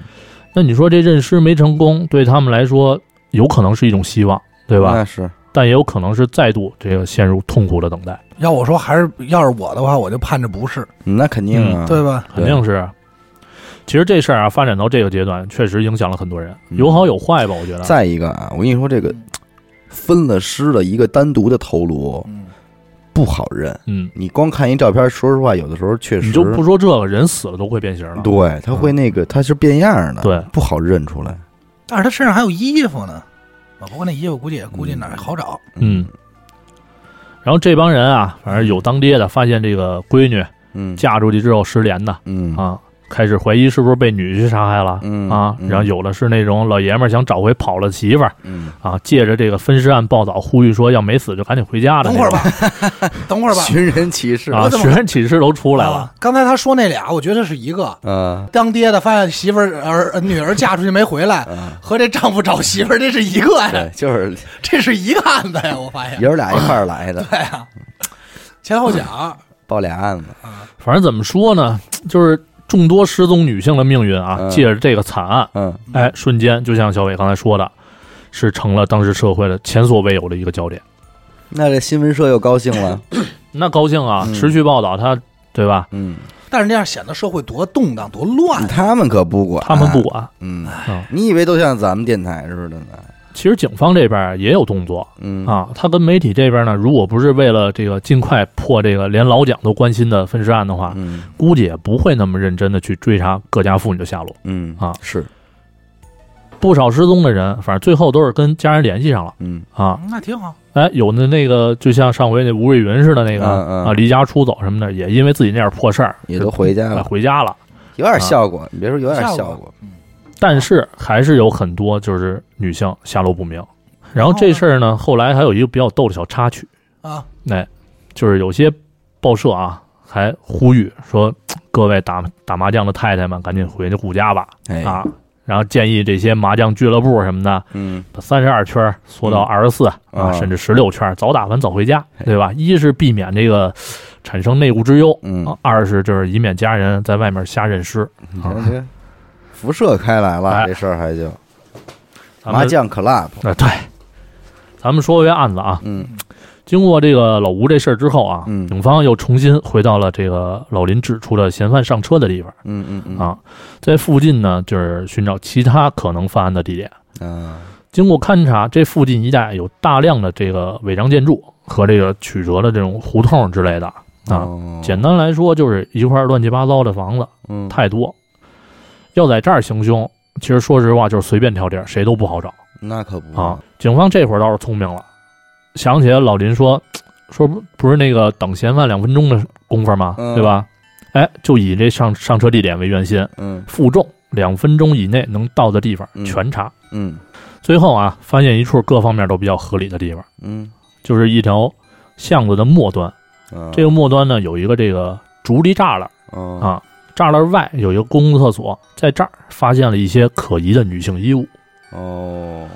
[SPEAKER 3] 那你说这认尸没成功，对他们来说有可能是一种希望，对吧？
[SPEAKER 1] 那是，
[SPEAKER 3] 但也有可能是再度这个陷入痛苦的等待，
[SPEAKER 2] 要我说，还是要是我的话，我就盼着不是，
[SPEAKER 1] 那肯定
[SPEAKER 3] 嗯
[SPEAKER 1] 啊，
[SPEAKER 2] 对吧？
[SPEAKER 3] 肯定是。其实这事儿啊，发展到这个阶段，确实影响了很多人，
[SPEAKER 1] 嗯
[SPEAKER 3] 有好有坏吧，我觉得。
[SPEAKER 1] 再一个啊，我跟你说，这个分了尸的一个单独的头颅
[SPEAKER 2] 嗯，
[SPEAKER 1] 不好认。
[SPEAKER 3] 嗯，
[SPEAKER 1] 你光看一照片，说实话，有的时候确实
[SPEAKER 3] 你就不说这个人死了都会变形了，嗯
[SPEAKER 1] 对，他会那个，他是变样的，
[SPEAKER 3] 对，
[SPEAKER 1] 不好认出来。
[SPEAKER 2] 但是他身上还有衣服呢，啊不过那衣服估计也估计哪儿好找，
[SPEAKER 3] 嗯。然后这帮人啊，反正有当爹的发现这个闺女
[SPEAKER 1] 嗯
[SPEAKER 3] 嫁出去之后失联的
[SPEAKER 1] 嗯
[SPEAKER 3] 啊，开始怀疑是不是被女婿杀害了
[SPEAKER 1] 嗯
[SPEAKER 3] 啊。然后有的是那种老爷们儿想找回跑了媳妇儿，
[SPEAKER 1] 嗯，
[SPEAKER 3] 啊，借着这个分尸案报道，呼吁说要没死就赶紧回家的
[SPEAKER 2] 等
[SPEAKER 3] 那
[SPEAKER 2] 会儿
[SPEAKER 3] 种。
[SPEAKER 2] 吧， 等会儿吧。
[SPEAKER 1] 寻人启事
[SPEAKER 3] 啊，
[SPEAKER 2] 我怎么
[SPEAKER 3] 学生启事都出来了，
[SPEAKER 2] 啊刚才他说那俩，我觉得是一个。
[SPEAKER 1] 啊
[SPEAKER 2] 当爹的发现媳妇儿儿呃女儿嫁出去没回来，
[SPEAKER 3] 嗯
[SPEAKER 1] 啊，
[SPEAKER 2] 和这丈夫找媳妇儿这是一个
[SPEAKER 1] 对
[SPEAKER 2] 呀，，
[SPEAKER 1] 就是
[SPEAKER 2] 这是一个案子呀！我发现
[SPEAKER 1] 爷儿俩一块儿来的，
[SPEAKER 2] 前后脚，
[SPEAKER 1] 报俩案子。
[SPEAKER 3] 反正怎么说呢，就是众多失踪女性的命运啊，
[SPEAKER 1] 嗯
[SPEAKER 3] 借着这个惨案，
[SPEAKER 1] 嗯
[SPEAKER 3] 哎，瞬间就像小伟刚才说的，是成了当时社会的前所未有的一个焦点。
[SPEAKER 1] 那这新闻社又高兴 了。
[SPEAKER 3] 那高兴啊，
[SPEAKER 1] 嗯
[SPEAKER 3] 持续报道他，对吧？
[SPEAKER 1] 嗯，
[SPEAKER 2] 但是那样显得社会多动荡、多乱。
[SPEAKER 1] 他们可不管，
[SPEAKER 3] 他们不。管。
[SPEAKER 1] 嗯
[SPEAKER 3] 嗯，
[SPEAKER 1] 你以为都像咱们电台似的呢？
[SPEAKER 3] 其实警方这边也有动作
[SPEAKER 1] 嗯，
[SPEAKER 3] 啊，他跟媒体这边呢，如果不是为了这个尽快破这个连老蒋都关心的分尸案的话，
[SPEAKER 1] 嗯
[SPEAKER 3] 估计也不会那么认真的去追查各家妇女的下落。
[SPEAKER 1] 嗯
[SPEAKER 3] 啊
[SPEAKER 1] 是
[SPEAKER 3] 不少失踪的人，反正最后都是跟家人联系上了
[SPEAKER 1] 嗯
[SPEAKER 3] 啊。
[SPEAKER 2] 那挺好。
[SPEAKER 3] 哎，有的那个就像上回那吴瑞云似的那个
[SPEAKER 1] 嗯嗯
[SPEAKER 3] 啊，离家出走什么的，也因为自己那点破事儿
[SPEAKER 1] 也都回家
[SPEAKER 3] 哎
[SPEAKER 1] 了，
[SPEAKER 3] 回家了。
[SPEAKER 1] 有点效果，
[SPEAKER 3] 啊
[SPEAKER 1] 你别说有点效
[SPEAKER 2] 效
[SPEAKER 1] 果
[SPEAKER 2] 果，
[SPEAKER 3] 但是还是有很多就是女性下落不明。然后这事儿呢，后来还有一个比较逗的小插曲，
[SPEAKER 2] 啊，
[SPEAKER 3] 哎，就是有些报社啊还呼吁说，各位打打麻将的太太们赶紧回去顾家吧
[SPEAKER 1] 哎，
[SPEAKER 3] 啊。然后建议这些麻将俱乐部什么的，
[SPEAKER 1] 嗯
[SPEAKER 3] 把三十二圈儿缩到二十四
[SPEAKER 1] 啊哎
[SPEAKER 3] 啊，甚至十六圈儿，早打完早回家，对吧？一是避免这个产生内顾之忧，
[SPEAKER 1] 嗯，
[SPEAKER 3] 啊二是就是以免家人在外面瞎认尸。
[SPEAKER 1] 你看这辐射开来了，
[SPEAKER 3] 啊哎
[SPEAKER 1] 这事儿还就
[SPEAKER 3] 咱们
[SPEAKER 1] 麻将 club，
[SPEAKER 3] 啊，对。咱们说回案子啊，
[SPEAKER 1] 嗯
[SPEAKER 3] 经过这个老吴这事儿之后啊，
[SPEAKER 1] 嗯
[SPEAKER 3] 警方又重新回到了这个老林指出的嫌犯上车的地方
[SPEAKER 1] 嗯嗯嗯
[SPEAKER 3] 啊，在附近呢，就是寻找其他可能犯案的地点。
[SPEAKER 1] 啊
[SPEAKER 3] 经过勘查，这附近一带有大量的这个违章建筑和这个曲折的这种胡同之类的，啊
[SPEAKER 1] 哦
[SPEAKER 3] 简单来说，就是一块乱七八糟的房子
[SPEAKER 1] 嗯，
[SPEAKER 3] 太多，要在这儿行凶，其实说实话就是随便挑地儿，谁都不好找
[SPEAKER 1] 那可不
[SPEAKER 3] 啊。警方这会儿倒是聪明了，想起来老林说，说不不是那个等嫌犯两分钟的功夫吗？
[SPEAKER 1] 嗯
[SPEAKER 3] 对吧？哎，就以这上上车地点为圆心，
[SPEAKER 1] 嗯
[SPEAKER 3] 负重两分钟以内能到的地方
[SPEAKER 1] 嗯
[SPEAKER 3] 全查。
[SPEAKER 1] 嗯
[SPEAKER 3] 最后啊，发现一处各方面都比较合理的地方，
[SPEAKER 1] 嗯，
[SPEAKER 3] 就是一条巷子的末端。
[SPEAKER 1] 啊
[SPEAKER 3] 这个末端呢，有一个这个竹篱栅栏，
[SPEAKER 1] 啊
[SPEAKER 3] 啊栅栏外有一个公共厕所，在这儿发现了一些可疑的女性衣物，
[SPEAKER 1] 哦，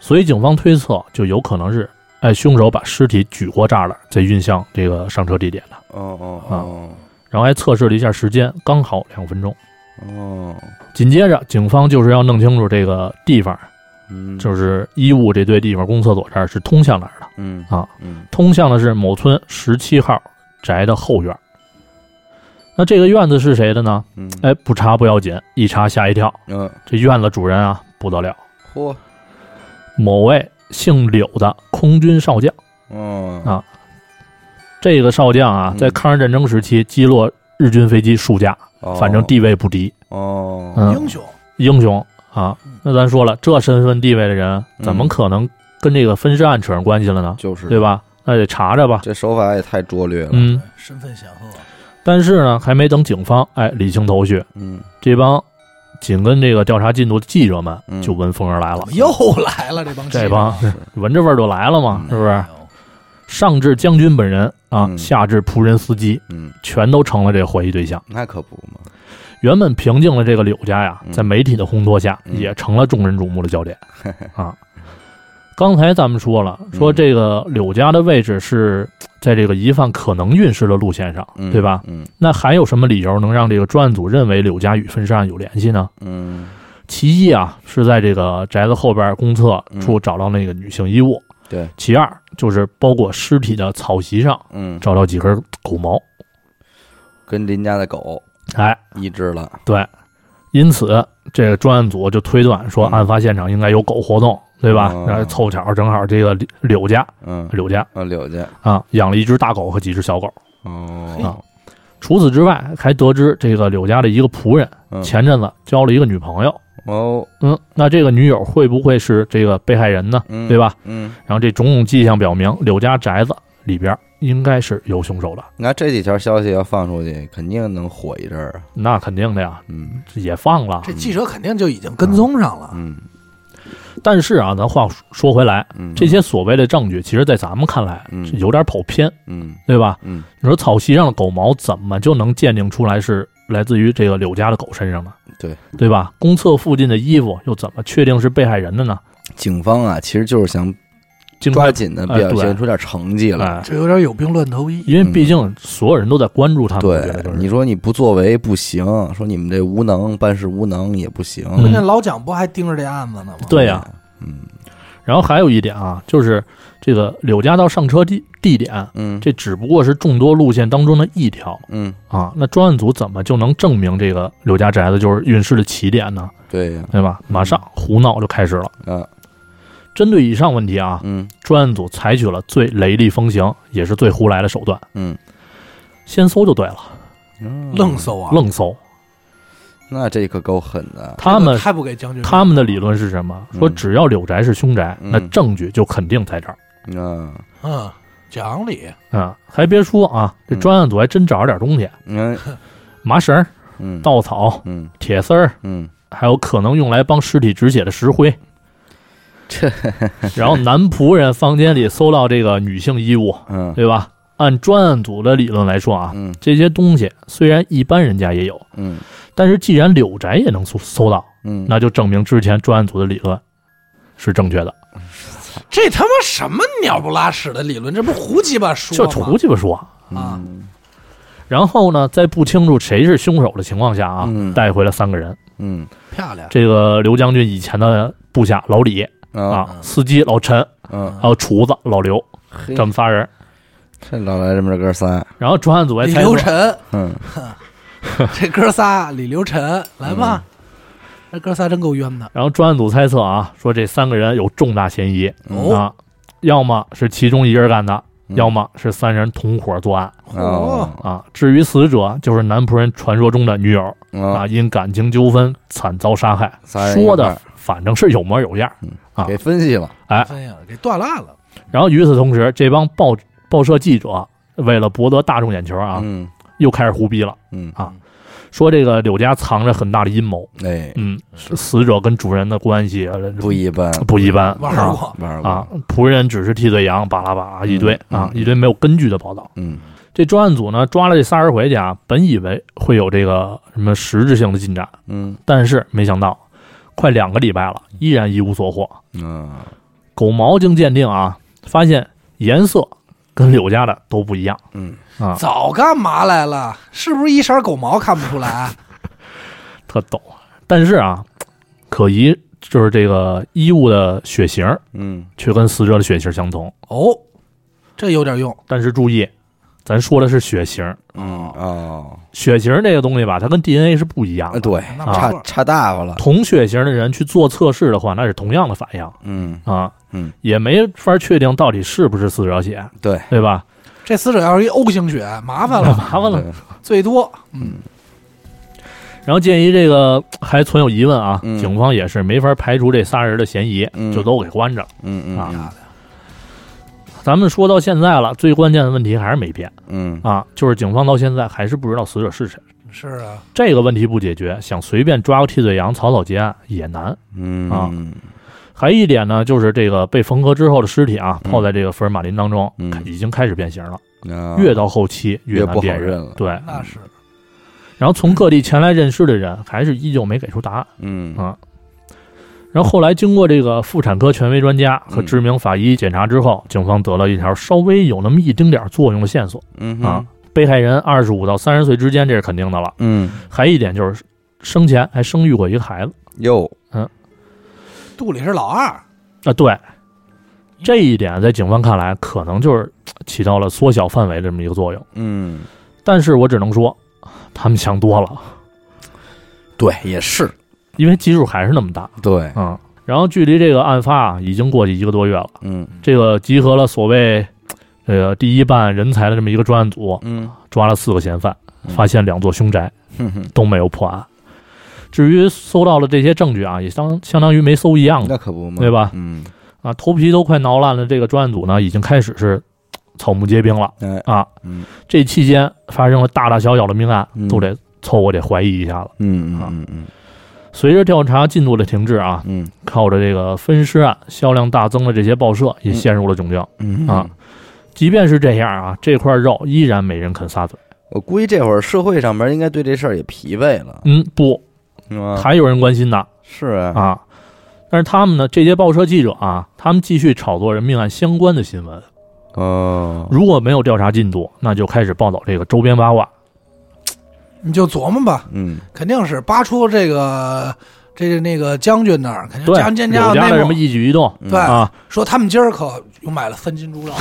[SPEAKER 3] 所以警方推测就有可能是，哎，凶手把尸体举过栅栏，再运向这个上车地点的。
[SPEAKER 1] 哦哦
[SPEAKER 3] 啊
[SPEAKER 1] 哦
[SPEAKER 3] 然后还测试了一下时间，刚好两分钟。
[SPEAKER 1] 哦，
[SPEAKER 3] 紧接着，警方就是要弄清楚这个地方，
[SPEAKER 1] 嗯，
[SPEAKER 3] 就是衣物这堆地方，公厕所这儿是通向哪儿的。
[SPEAKER 1] 嗯
[SPEAKER 3] 啊
[SPEAKER 1] 嗯
[SPEAKER 3] 通向的是某村十七号宅的后院。那这个院子是谁的呢？
[SPEAKER 1] 嗯，
[SPEAKER 3] 哎，不查不要紧，一查吓一跳，
[SPEAKER 1] 嗯，
[SPEAKER 3] 这院子主人啊不得了，
[SPEAKER 1] 嚯，
[SPEAKER 3] 某位姓柳的空军少将。
[SPEAKER 1] 哦
[SPEAKER 3] 啊这个少将啊，
[SPEAKER 1] 嗯
[SPEAKER 3] 在抗日战争时期击落日军飞机数架，
[SPEAKER 1] 哦
[SPEAKER 3] 反正地位不低，
[SPEAKER 1] 哦，
[SPEAKER 3] 嗯
[SPEAKER 2] 英雄，
[SPEAKER 3] 英雄啊。那咱说了，这身份地位的人，怎么
[SPEAKER 1] 嗯
[SPEAKER 3] 可能跟这个分尸案扯上关系了呢？
[SPEAKER 1] 就是
[SPEAKER 3] 对？吧？那得查查吧。
[SPEAKER 1] 这手法也太拙劣了，
[SPEAKER 3] 嗯，
[SPEAKER 2] 身份显赫，
[SPEAKER 3] 但是呢，还没等警方哎理清头绪，
[SPEAKER 1] 嗯
[SPEAKER 3] 这帮紧跟这个调查进度的记者们
[SPEAKER 1] 嗯
[SPEAKER 3] 就闻风而来了
[SPEAKER 2] 怎么，又来了这帮
[SPEAKER 3] 这帮
[SPEAKER 2] 记者哎
[SPEAKER 3] 闻着味儿就来了嘛，
[SPEAKER 1] 嗯
[SPEAKER 3] 是不是？上至将军本人啊，
[SPEAKER 1] 嗯
[SPEAKER 3] 下至仆人司机，
[SPEAKER 1] 嗯，
[SPEAKER 3] 全都成了这怀疑对象。
[SPEAKER 1] 那可不嘛，
[SPEAKER 3] 原本平静的这个柳家呀，
[SPEAKER 1] 嗯
[SPEAKER 3] 在媒体的烘托下，
[SPEAKER 1] 嗯
[SPEAKER 3] 也成了众人瞩目的 焦点啊。刚才咱们说了，说
[SPEAKER 1] 嗯
[SPEAKER 3] 这个柳家的位置是在这个疑犯可能运尸的路线上，
[SPEAKER 1] 嗯
[SPEAKER 3] 对吧？？
[SPEAKER 1] 嗯
[SPEAKER 3] 那还有什么理由能让这个专案组认为柳家与分尸案有联系呢？
[SPEAKER 1] 嗯，
[SPEAKER 3] 其一啊，是在这个宅子后边公厕处找到那个女性衣物；
[SPEAKER 1] 嗯对，
[SPEAKER 3] 其二就是包裹尸体的草席上
[SPEAKER 1] 嗯，
[SPEAKER 3] 找到几根狗毛。
[SPEAKER 1] 跟邻家的狗
[SPEAKER 3] 哎，
[SPEAKER 1] 一致了，
[SPEAKER 3] 因此这个专案组就推断说，
[SPEAKER 1] 嗯
[SPEAKER 3] 案发现场应该有狗活动，对吧
[SPEAKER 1] 哦？
[SPEAKER 3] 然后凑巧正好这个柳柳家
[SPEAKER 1] 嗯
[SPEAKER 3] 柳家
[SPEAKER 1] 啊，柳家，
[SPEAKER 3] 啊养了一只大狗和几只小狗。
[SPEAKER 1] 哦，
[SPEAKER 3] 除此之外，还得知这个柳家的一个仆人
[SPEAKER 1] 嗯
[SPEAKER 3] 前阵子交了一个女朋友。
[SPEAKER 1] 哦，
[SPEAKER 3] 嗯，那这个女友会不会是这个被害人呢？
[SPEAKER 1] 嗯，
[SPEAKER 3] 对吧？
[SPEAKER 1] 嗯，
[SPEAKER 3] 然后这种种迹象表明，柳家宅子里边应该是有凶手的，
[SPEAKER 1] 那这几条消息要放出去，肯定能火一阵儿啊，
[SPEAKER 3] 那肯定的呀，
[SPEAKER 1] 嗯
[SPEAKER 3] 也放了。
[SPEAKER 2] 这记者肯定就已经跟踪上了，
[SPEAKER 1] 嗯
[SPEAKER 3] 但是啊，咱话说回来，
[SPEAKER 1] 嗯，
[SPEAKER 3] 这些所谓的证据，其实在咱们看来
[SPEAKER 1] 嗯
[SPEAKER 3] 是有点跑偏，
[SPEAKER 1] 嗯
[SPEAKER 3] 对吧？
[SPEAKER 1] 嗯
[SPEAKER 3] 你说草席上的狗毛怎么就能鉴定出来是来自于这个柳家的狗身上呢？
[SPEAKER 1] 对
[SPEAKER 3] 对吧？公厕附近的衣服又怎么确定是被害人的呢？
[SPEAKER 1] 警方啊，其实就是想
[SPEAKER 3] 经
[SPEAKER 1] 抓
[SPEAKER 3] 快，
[SPEAKER 1] 紧的
[SPEAKER 3] 哎
[SPEAKER 1] 表
[SPEAKER 3] 对
[SPEAKER 1] 现出点成绩来。嗯
[SPEAKER 3] 哎，
[SPEAKER 2] 这有点有病乱投医。
[SPEAKER 3] 因为毕竟所有人都在关注他们，我觉
[SPEAKER 1] 对
[SPEAKER 3] 得就，是
[SPEAKER 1] 你说你不作为不行，说你们这无能办事无能也不行。
[SPEAKER 3] 嗯
[SPEAKER 2] 关键老蒋不还盯着这案子呢吗？
[SPEAKER 3] 对呀、
[SPEAKER 1] 嗯
[SPEAKER 3] 然后还有一点啊，就是这个柳家到上车地地点，
[SPEAKER 1] 嗯
[SPEAKER 3] 这只不过是众多路线当中的一条
[SPEAKER 1] 嗯，
[SPEAKER 3] 啊。那专案组怎么就能证明这个柳家宅子就是运尸的起点呢？
[SPEAKER 1] 对呀、
[SPEAKER 3] 对吧？马上胡闹就开始了。
[SPEAKER 1] 啊，
[SPEAKER 3] 针对以上问题啊，
[SPEAKER 1] 嗯
[SPEAKER 3] 专案组采取了最雷厉风行，也是最胡来的手段，
[SPEAKER 1] 嗯，
[SPEAKER 3] 先搜就对了，
[SPEAKER 1] 嗯
[SPEAKER 2] 愣，搜啊！
[SPEAKER 3] 愣搜。
[SPEAKER 1] 那这可够狠的。
[SPEAKER 3] 他
[SPEAKER 2] 这
[SPEAKER 3] 们
[SPEAKER 2] 个太不给将军面子了，
[SPEAKER 3] 他们的理论是什么？
[SPEAKER 1] 嗯
[SPEAKER 3] 说只要柳宅是凶宅，
[SPEAKER 1] 嗯
[SPEAKER 3] 那证据就肯定在这儿。
[SPEAKER 1] 啊，
[SPEAKER 2] 嗯讲理，
[SPEAKER 3] 嗯，还别说啊，这
[SPEAKER 1] 嗯
[SPEAKER 3] 专案组还真找着点东西，
[SPEAKER 1] 嗯
[SPEAKER 3] 麻绳、
[SPEAKER 1] 嗯，
[SPEAKER 3] 稻草、
[SPEAKER 1] 嗯
[SPEAKER 3] 铁丝儿，
[SPEAKER 1] 嗯，
[SPEAKER 3] 还有可能用来帮尸体止血的石灰。
[SPEAKER 1] 这，
[SPEAKER 3] 然后男仆人房间里搜到这个女性衣物，
[SPEAKER 1] 嗯
[SPEAKER 3] 对吧？按专案组的理论来说啊，
[SPEAKER 1] 嗯
[SPEAKER 3] 这些东西虽然一般人家也有，
[SPEAKER 1] 嗯
[SPEAKER 3] 但是既然柳宅也能搜搜到，
[SPEAKER 1] 嗯，
[SPEAKER 3] 那就证明之前专案组的理论是正确的。
[SPEAKER 2] 这他妈什么鸟不拉屎的理论？这不胡鸡巴说
[SPEAKER 3] 就
[SPEAKER 2] 吗
[SPEAKER 3] 胡鸡巴说。
[SPEAKER 2] 啊！
[SPEAKER 1] 嗯
[SPEAKER 3] 然后呢，在不清楚谁是凶手的情况下啊，
[SPEAKER 1] 嗯
[SPEAKER 3] 带回了三个人：
[SPEAKER 1] 嗯
[SPEAKER 2] 漂亮，
[SPEAKER 3] 这个刘将军以前的部下老李
[SPEAKER 1] 啊
[SPEAKER 3] 啊，司机老陈，
[SPEAKER 1] 嗯，
[SPEAKER 3] 还有厨子老刘，
[SPEAKER 1] 嘿
[SPEAKER 3] 这么仨人。这
[SPEAKER 1] 这老来这么着哥仨，
[SPEAKER 3] 然后专案组还
[SPEAKER 2] 李
[SPEAKER 3] 猜
[SPEAKER 2] 刘
[SPEAKER 3] 测，
[SPEAKER 2] 晨
[SPEAKER 1] 嗯
[SPEAKER 2] 这哥仨，李刘晨来
[SPEAKER 3] 嗯
[SPEAKER 2] 吧，这哥仨真够冤的。
[SPEAKER 3] 然后专案组猜测啊，说这三个人有重大嫌疑
[SPEAKER 1] 哦
[SPEAKER 3] 啊，要么是其中一人干的，
[SPEAKER 1] 嗯
[SPEAKER 3] 要么是三人同伙作案
[SPEAKER 2] 嚯，
[SPEAKER 3] 啊。至于死者，就是男仆人传说中的女友
[SPEAKER 1] 啊，
[SPEAKER 3] 啊，因感情纠纷惨遭杀害。
[SPEAKER 1] 仨人一块
[SPEAKER 3] 说
[SPEAKER 1] 儿
[SPEAKER 3] 的反正是有模有样。啊
[SPEAKER 1] 给分析了，
[SPEAKER 2] 哎呀，给断烂了，
[SPEAKER 3] 然后与此同时，这帮报报社记者啊为了博得大众眼球啊，
[SPEAKER 1] 嗯
[SPEAKER 3] 又开始胡逼了，
[SPEAKER 1] 嗯，
[SPEAKER 3] 说这个柳家藏着很大的阴谋。
[SPEAKER 1] 哎，
[SPEAKER 3] 嗯，死者跟主人的关系呃
[SPEAKER 1] 不一般，
[SPEAKER 3] 不一般，
[SPEAKER 2] 玩
[SPEAKER 3] 啊
[SPEAKER 2] 过，
[SPEAKER 1] 玩儿过
[SPEAKER 3] 啊，，仆人只是替罪羊，巴拉巴拉一堆
[SPEAKER 1] 嗯
[SPEAKER 3] 啊，
[SPEAKER 1] 嗯
[SPEAKER 3] 一堆没有根据的报道。
[SPEAKER 1] 嗯
[SPEAKER 3] 这专案组呢抓了这仨人回去啊，本以为会有这个什么实质性的进展，
[SPEAKER 1] 嗯
[SPEAKER 3] 但是没想到，快两个礼拜了，依然一无所获。
[SPEAKER 1] 嗯，
[SPEAKER 3] 狗毛经鉴定啊，发现颜色跟柳家的都不一样。
[SPEAKER 1] 嗯
[SPEAKER 3] 啊，
[SPEAKER 2] 早干嘛来了？是不是一色狗毛看不出来？啊
[SPEAKER 3] 特逗。但是啊，可疑就是这个衣物的血型儿
[SPEAKER 1] 嗯
[SPEAKER 3] 却跟死者的血型相同。
[SPEAKER 2] 哦，这有点用，
[SPEAKER 3] 但是注意，咱说的是血型儿，
[SPEAKER 1] 嗯哦，
[SPEAKER 3] 血型儿这个东西吧，它跟 DNA 是不一样
[SPEAKER 1] 啊
[SPEAKER 3] 的。
[SPEAKER 1] 对，
[SPEAKER 2] 那不
[SPEAKER 1] 差
[SPEAKER 2] 错，
[SPEAKER 1] 差大发了，
[SPEAKER 3] 同血型的人去做测试的话，那是同样的反应
[SPEAKER 1] 嗯
[SPEAKER 3] 啊，
[SPEAKER 1] 嗯，
[SPEAKER 3] 也没法确定到底是不是死者血，
[SPEAKER 1] 对，
[SPEAKER 3] 对吧？
[SPEAKER 2] 这死者要是一 O 型血，麻烦了，
[SPEAKER 3] 麻烦了。
[SPEAKER 1] 嗯对，
[SPEAKER 2] 最多
[SPEAKER 3] 然后鉴于这个还存有疑问啊，
[SPEAKER 1] 嗯
[SPEAKER 3] 警方也是没法排除这仨人的嫌疑，
[SPEAKER 1] 嗯
[SPEAKER 3] 就都给关着了。
[SPEAKER 1] 嗯嗯
[SPEAKER 3] 啊咱们说到现在了，最关键的问题还是没变
[SPEAKER 1] 嗯
[SPEAKER 3] 啊，就是警方到现在还是不知道死者是谁。
[SPEAKER 2] 是啊，
[SPEAKER 3] 这个问题不解决，想随便抓个替罪羊草草结案也难。
[SPEAKER 1] 嗯
[SPEAKER 3] 啊
[SPEAKER 1] 嗯
[SPEAKER 3] 还一点呢，就是这个被缝合之后的尸体啊，
[SPEAKER 1] 嗯
[SPEAKER 3] 泡在这个福尔马林当中，
[SPEAKER 1] 嗯
[SPEAKER 3] 已经开始变形了。
[SPEAKER 1] 啊
[SPEAKER 3] 越到后期
[SPEAKER 1] 越
[SPEAKER 3] 难
[SPEAKER 1] 不
[SPEAKER 3] 辨
[SPEAKER 1] 好
[SPEAKER 3] 认
[SPEAKER 1] 认了
[SPEAKER 3] 对，
[SPEAKER 2] 那是
[SPEAKER 3] 然后从各地前来认尸的人，还是依旧没给出答案。
[SPEAKER 1] 嗯
[SPEAKER 3] 啊然后后来经过这个妇产科权威专家和知名法医检查之后，警方得了一条稍微有那么一丁点儿作用的线索
[SPEAKER 1] 嗯
[SPEAKER 3] 啊
[SPEAKER 1] 哼，
[SPEAKER 3] 被害人二十五到三十岁之间，这是肯定的了。
[SPEAKER 1] 嗯
[SPEAKER 3] 还一点就是生前还生育过一个孩子
[SPEAKER 1] 哟
[SPEAKER 2] 肚里是老二，
[SPEAKER 3] 啊，对，这一点在警方看来可能就是呃起到了缩小范围的这么一个作用。
[SPEAKER 1] 嗯
[SPEAKER 3] 但是我只能说，他们想多了，
[SPEAKER 1] 对也是
[SPEAKER 3] 因为基数还是那么大。
[SPEAKER 1] 对
[SPEAKER 3] 嗯，然后距离这个案发啊已经过去一个多月了，
[SPEAKER 1] 嗯
[SPEAKER 3] 这个集合了所谓这个第一办人才的这么一个专案组，
[SPEAKER 1] 嗯
[SPEAKER 3] 抓了四个嫌犯，
[SPEAKER 1] 嗯
[SPEAKER 3] 发现两座凶宅
[SPEAKER 1] 哼哼
[SPEAKER 3] 都没有破案。至于搜到了这些证据啊，也相相当于没搜一样的
[SPEAKER 1] 那可不嘛
[SPEAKER 3] 对吧
[SPEAKER 1] 嗯
[SPEAKER 3] 啊，头皮都快挠烂了。这个专案组呢，已经开始是嘖草木皆兵了
[SPEAKER 1] 哎
[SPEAKER 3] 啊。
[SPEAKER 1] 嗯
[SPEAKER 3] 这期间发生了大大小小的命案，
[SPEAKER 1] 嗯
[SPEAKER 3] 都得凑合得怀疑一下了。
[SPEAKER 1] 嗯
[SPEAKER 3] 啊
[SPEAKER 1] 嗯嗯
[SPEAKER 3] 随着调查进度的停滞啊，
[SPEAKER 1] 嗯
[SPEAKER 3] 靠着这个分尸案销量大增的这些报社也
[SPEAKER 1] 嗯
[SPEAKER 3] 陷入了窘境。
[SPEAKER 1] 嗯
[SPEAKER 3] 啊即便是这样啊，这块肉依然没人肯撒嘴。
[SPEAKER 1] 我估计这会儿社会上面应该对这事儿也疲惫了，
[SPEAKER 3] 嗯，不，
[SPEAKER 1] 是吧？
[SPEAKER 3] 还有人关心呢
[SPEAKER 1] 是啊，
[SPEAKER 3] 啊。但是他们呢，这些报社记者啊，他们继续炒作人命案相关的新闻。
[SPEAKER 1] 哦，
[SPEAKER 3] 如果没有调查进度，那就开始报道这个周边八卦。
[SPEAKER 2] 你就琢磨吧，
[SPEAKER 1] 嗯
[SPEAKER 2] 肯定是扒出这个这个那个将军那儿，肯定
[SPEAKER 3] 对，
[SPEAKER 2] 将军家
[SPEAKER 3] 柳家的
[SPEAKER 2] 内
[SPEAKER 3] 什么
[SPEAKER 2] 幕，
[SPEAKER 3] 一举 一动
[SPEAKER 1] 嗯
[SPEAKER 2] 对
[SPEAKER 3] 啊，
[SPEAKER 2] 说他们今儿可又买了三斤猪肉，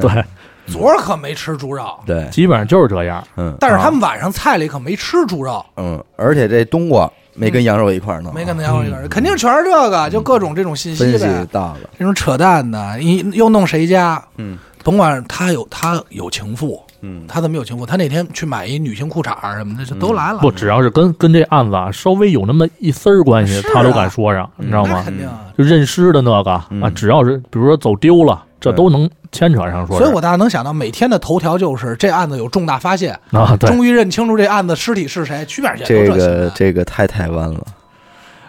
[SPEAKER 3] 对，
[SPEAKER 1] 嗯
[SPEAKER 2] 昨儿可没吃猪肉，
[SPEAKER 1] 对，
[SPEAKER 3] 基本上就是这
[SPEAKER 2] 啊
[SPEAKER 3] 样。
[SPEAKER 1] 嗯
[SPEAKER 2] 但是他们晚上菜里可没吃猪肉，
[SPEAKER 1] 嗯，而且这冬瓜没
[SPEAKER 3] 嗯
[SPEAKER 1] 跟羊肉一块儿弄，啊
[SPEAKER 2] 没跟他要一个人，肯定全是这个，就各种这种信
[SPEAKER 1] 嗯
[SPEAKER 2] 息
[SPEAKER 1] 分析
[SPEAKER 2] 呗，
[SPEAKER 1] 到了，
[SPEAKER 2] 这种扯淡的，你又弄谁家？
[SPEAKER 1] 嗯，
[SPEAKER 2] 甭管他有他有情妇，
[SPEAKER 1] 嗯
[SPEAKER 2] 他怎么有情妇？他那天去买一女性裤衩儿什么的，就都来了，
[SPEAKER 3] 不，只要是跟跟这案子啊稍微有那么一丝儿关系，
[SPEAKER 2] 是啊
[SPEAKER 3] 他都敢说上，
[SPEAKER 1] 嗯
[SPEAKER 3] 你知道
[SPEAKER 2] 那
[SPEAKER 3] 吗？
[SPEAKER 2] 肯定啊。
[SPEAKER 3] 就认尸的那个
[SPEAKER 1] 嗯
[SPEAKER 3] 啊，只要是比如说走丢了，这
[SPEAKER 1] 对
[SPEAKER 3] 都能牵扯上说
[SPEAKER 2] 所
[SPEAKER 3] 是。
[SPEAKER 2] 以我大家能想到，每天的头条就是这案子有重大发现，
[SPEAKER 3] 啊，对，
[SPEAKER 2] 终于认清楚这案子尸体是谁，去哪儿去？
[SPEAKER 1] 这
[SPEAKER 2] 都新
[SPEAKER 1] 个
[SPEAKER 2] 闻
[SPEAKER 1] 这个太台湾了，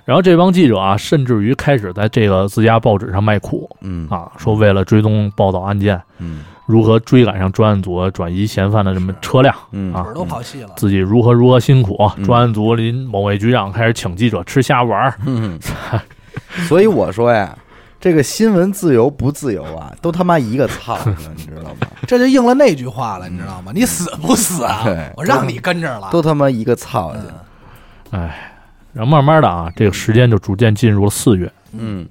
[SPEAKER 3] 然后这帮记者啊，甚至于开始在这个自家报纸上卖苦
[SPEAKER 1] 嗯
[SPEAKER 3] 啊，说为了追踪报道案件，
[SPEAKER 1] 嗯
[SPEAKER 3] 如何追赶上专案组啊转移嫌犯的这么车辆，
[SPEAKER 1] 嗯
[SPEAKER 3] 啊
[SPEAKER 2] 腿儿都跑细了。
[SPEAKER 3] 自己如何如何辛苦。啊
[SPEAKER 1] 嗯
[SPEAKER 3] 专案组里某位局长开始请记者吃虾丸儿，
[SPEAKER 1] 嗯，所以我说呀。这个新闻自由不自由啊，都他妈一个操的，你知道 吗？
[SPEAKER 2] 这就应了那句话了，你知道吗？你死不死啊
[SPEAKER 1] 嗯对？
[SPEAKER 2] 我让你跟着了。
[SPEAKER 1] 都他妈一个操的。
[SPEAKER 3] 然后慢慢的啊，这个时间就逐渐进入了四月。
[SPEAKER 1] 嗯，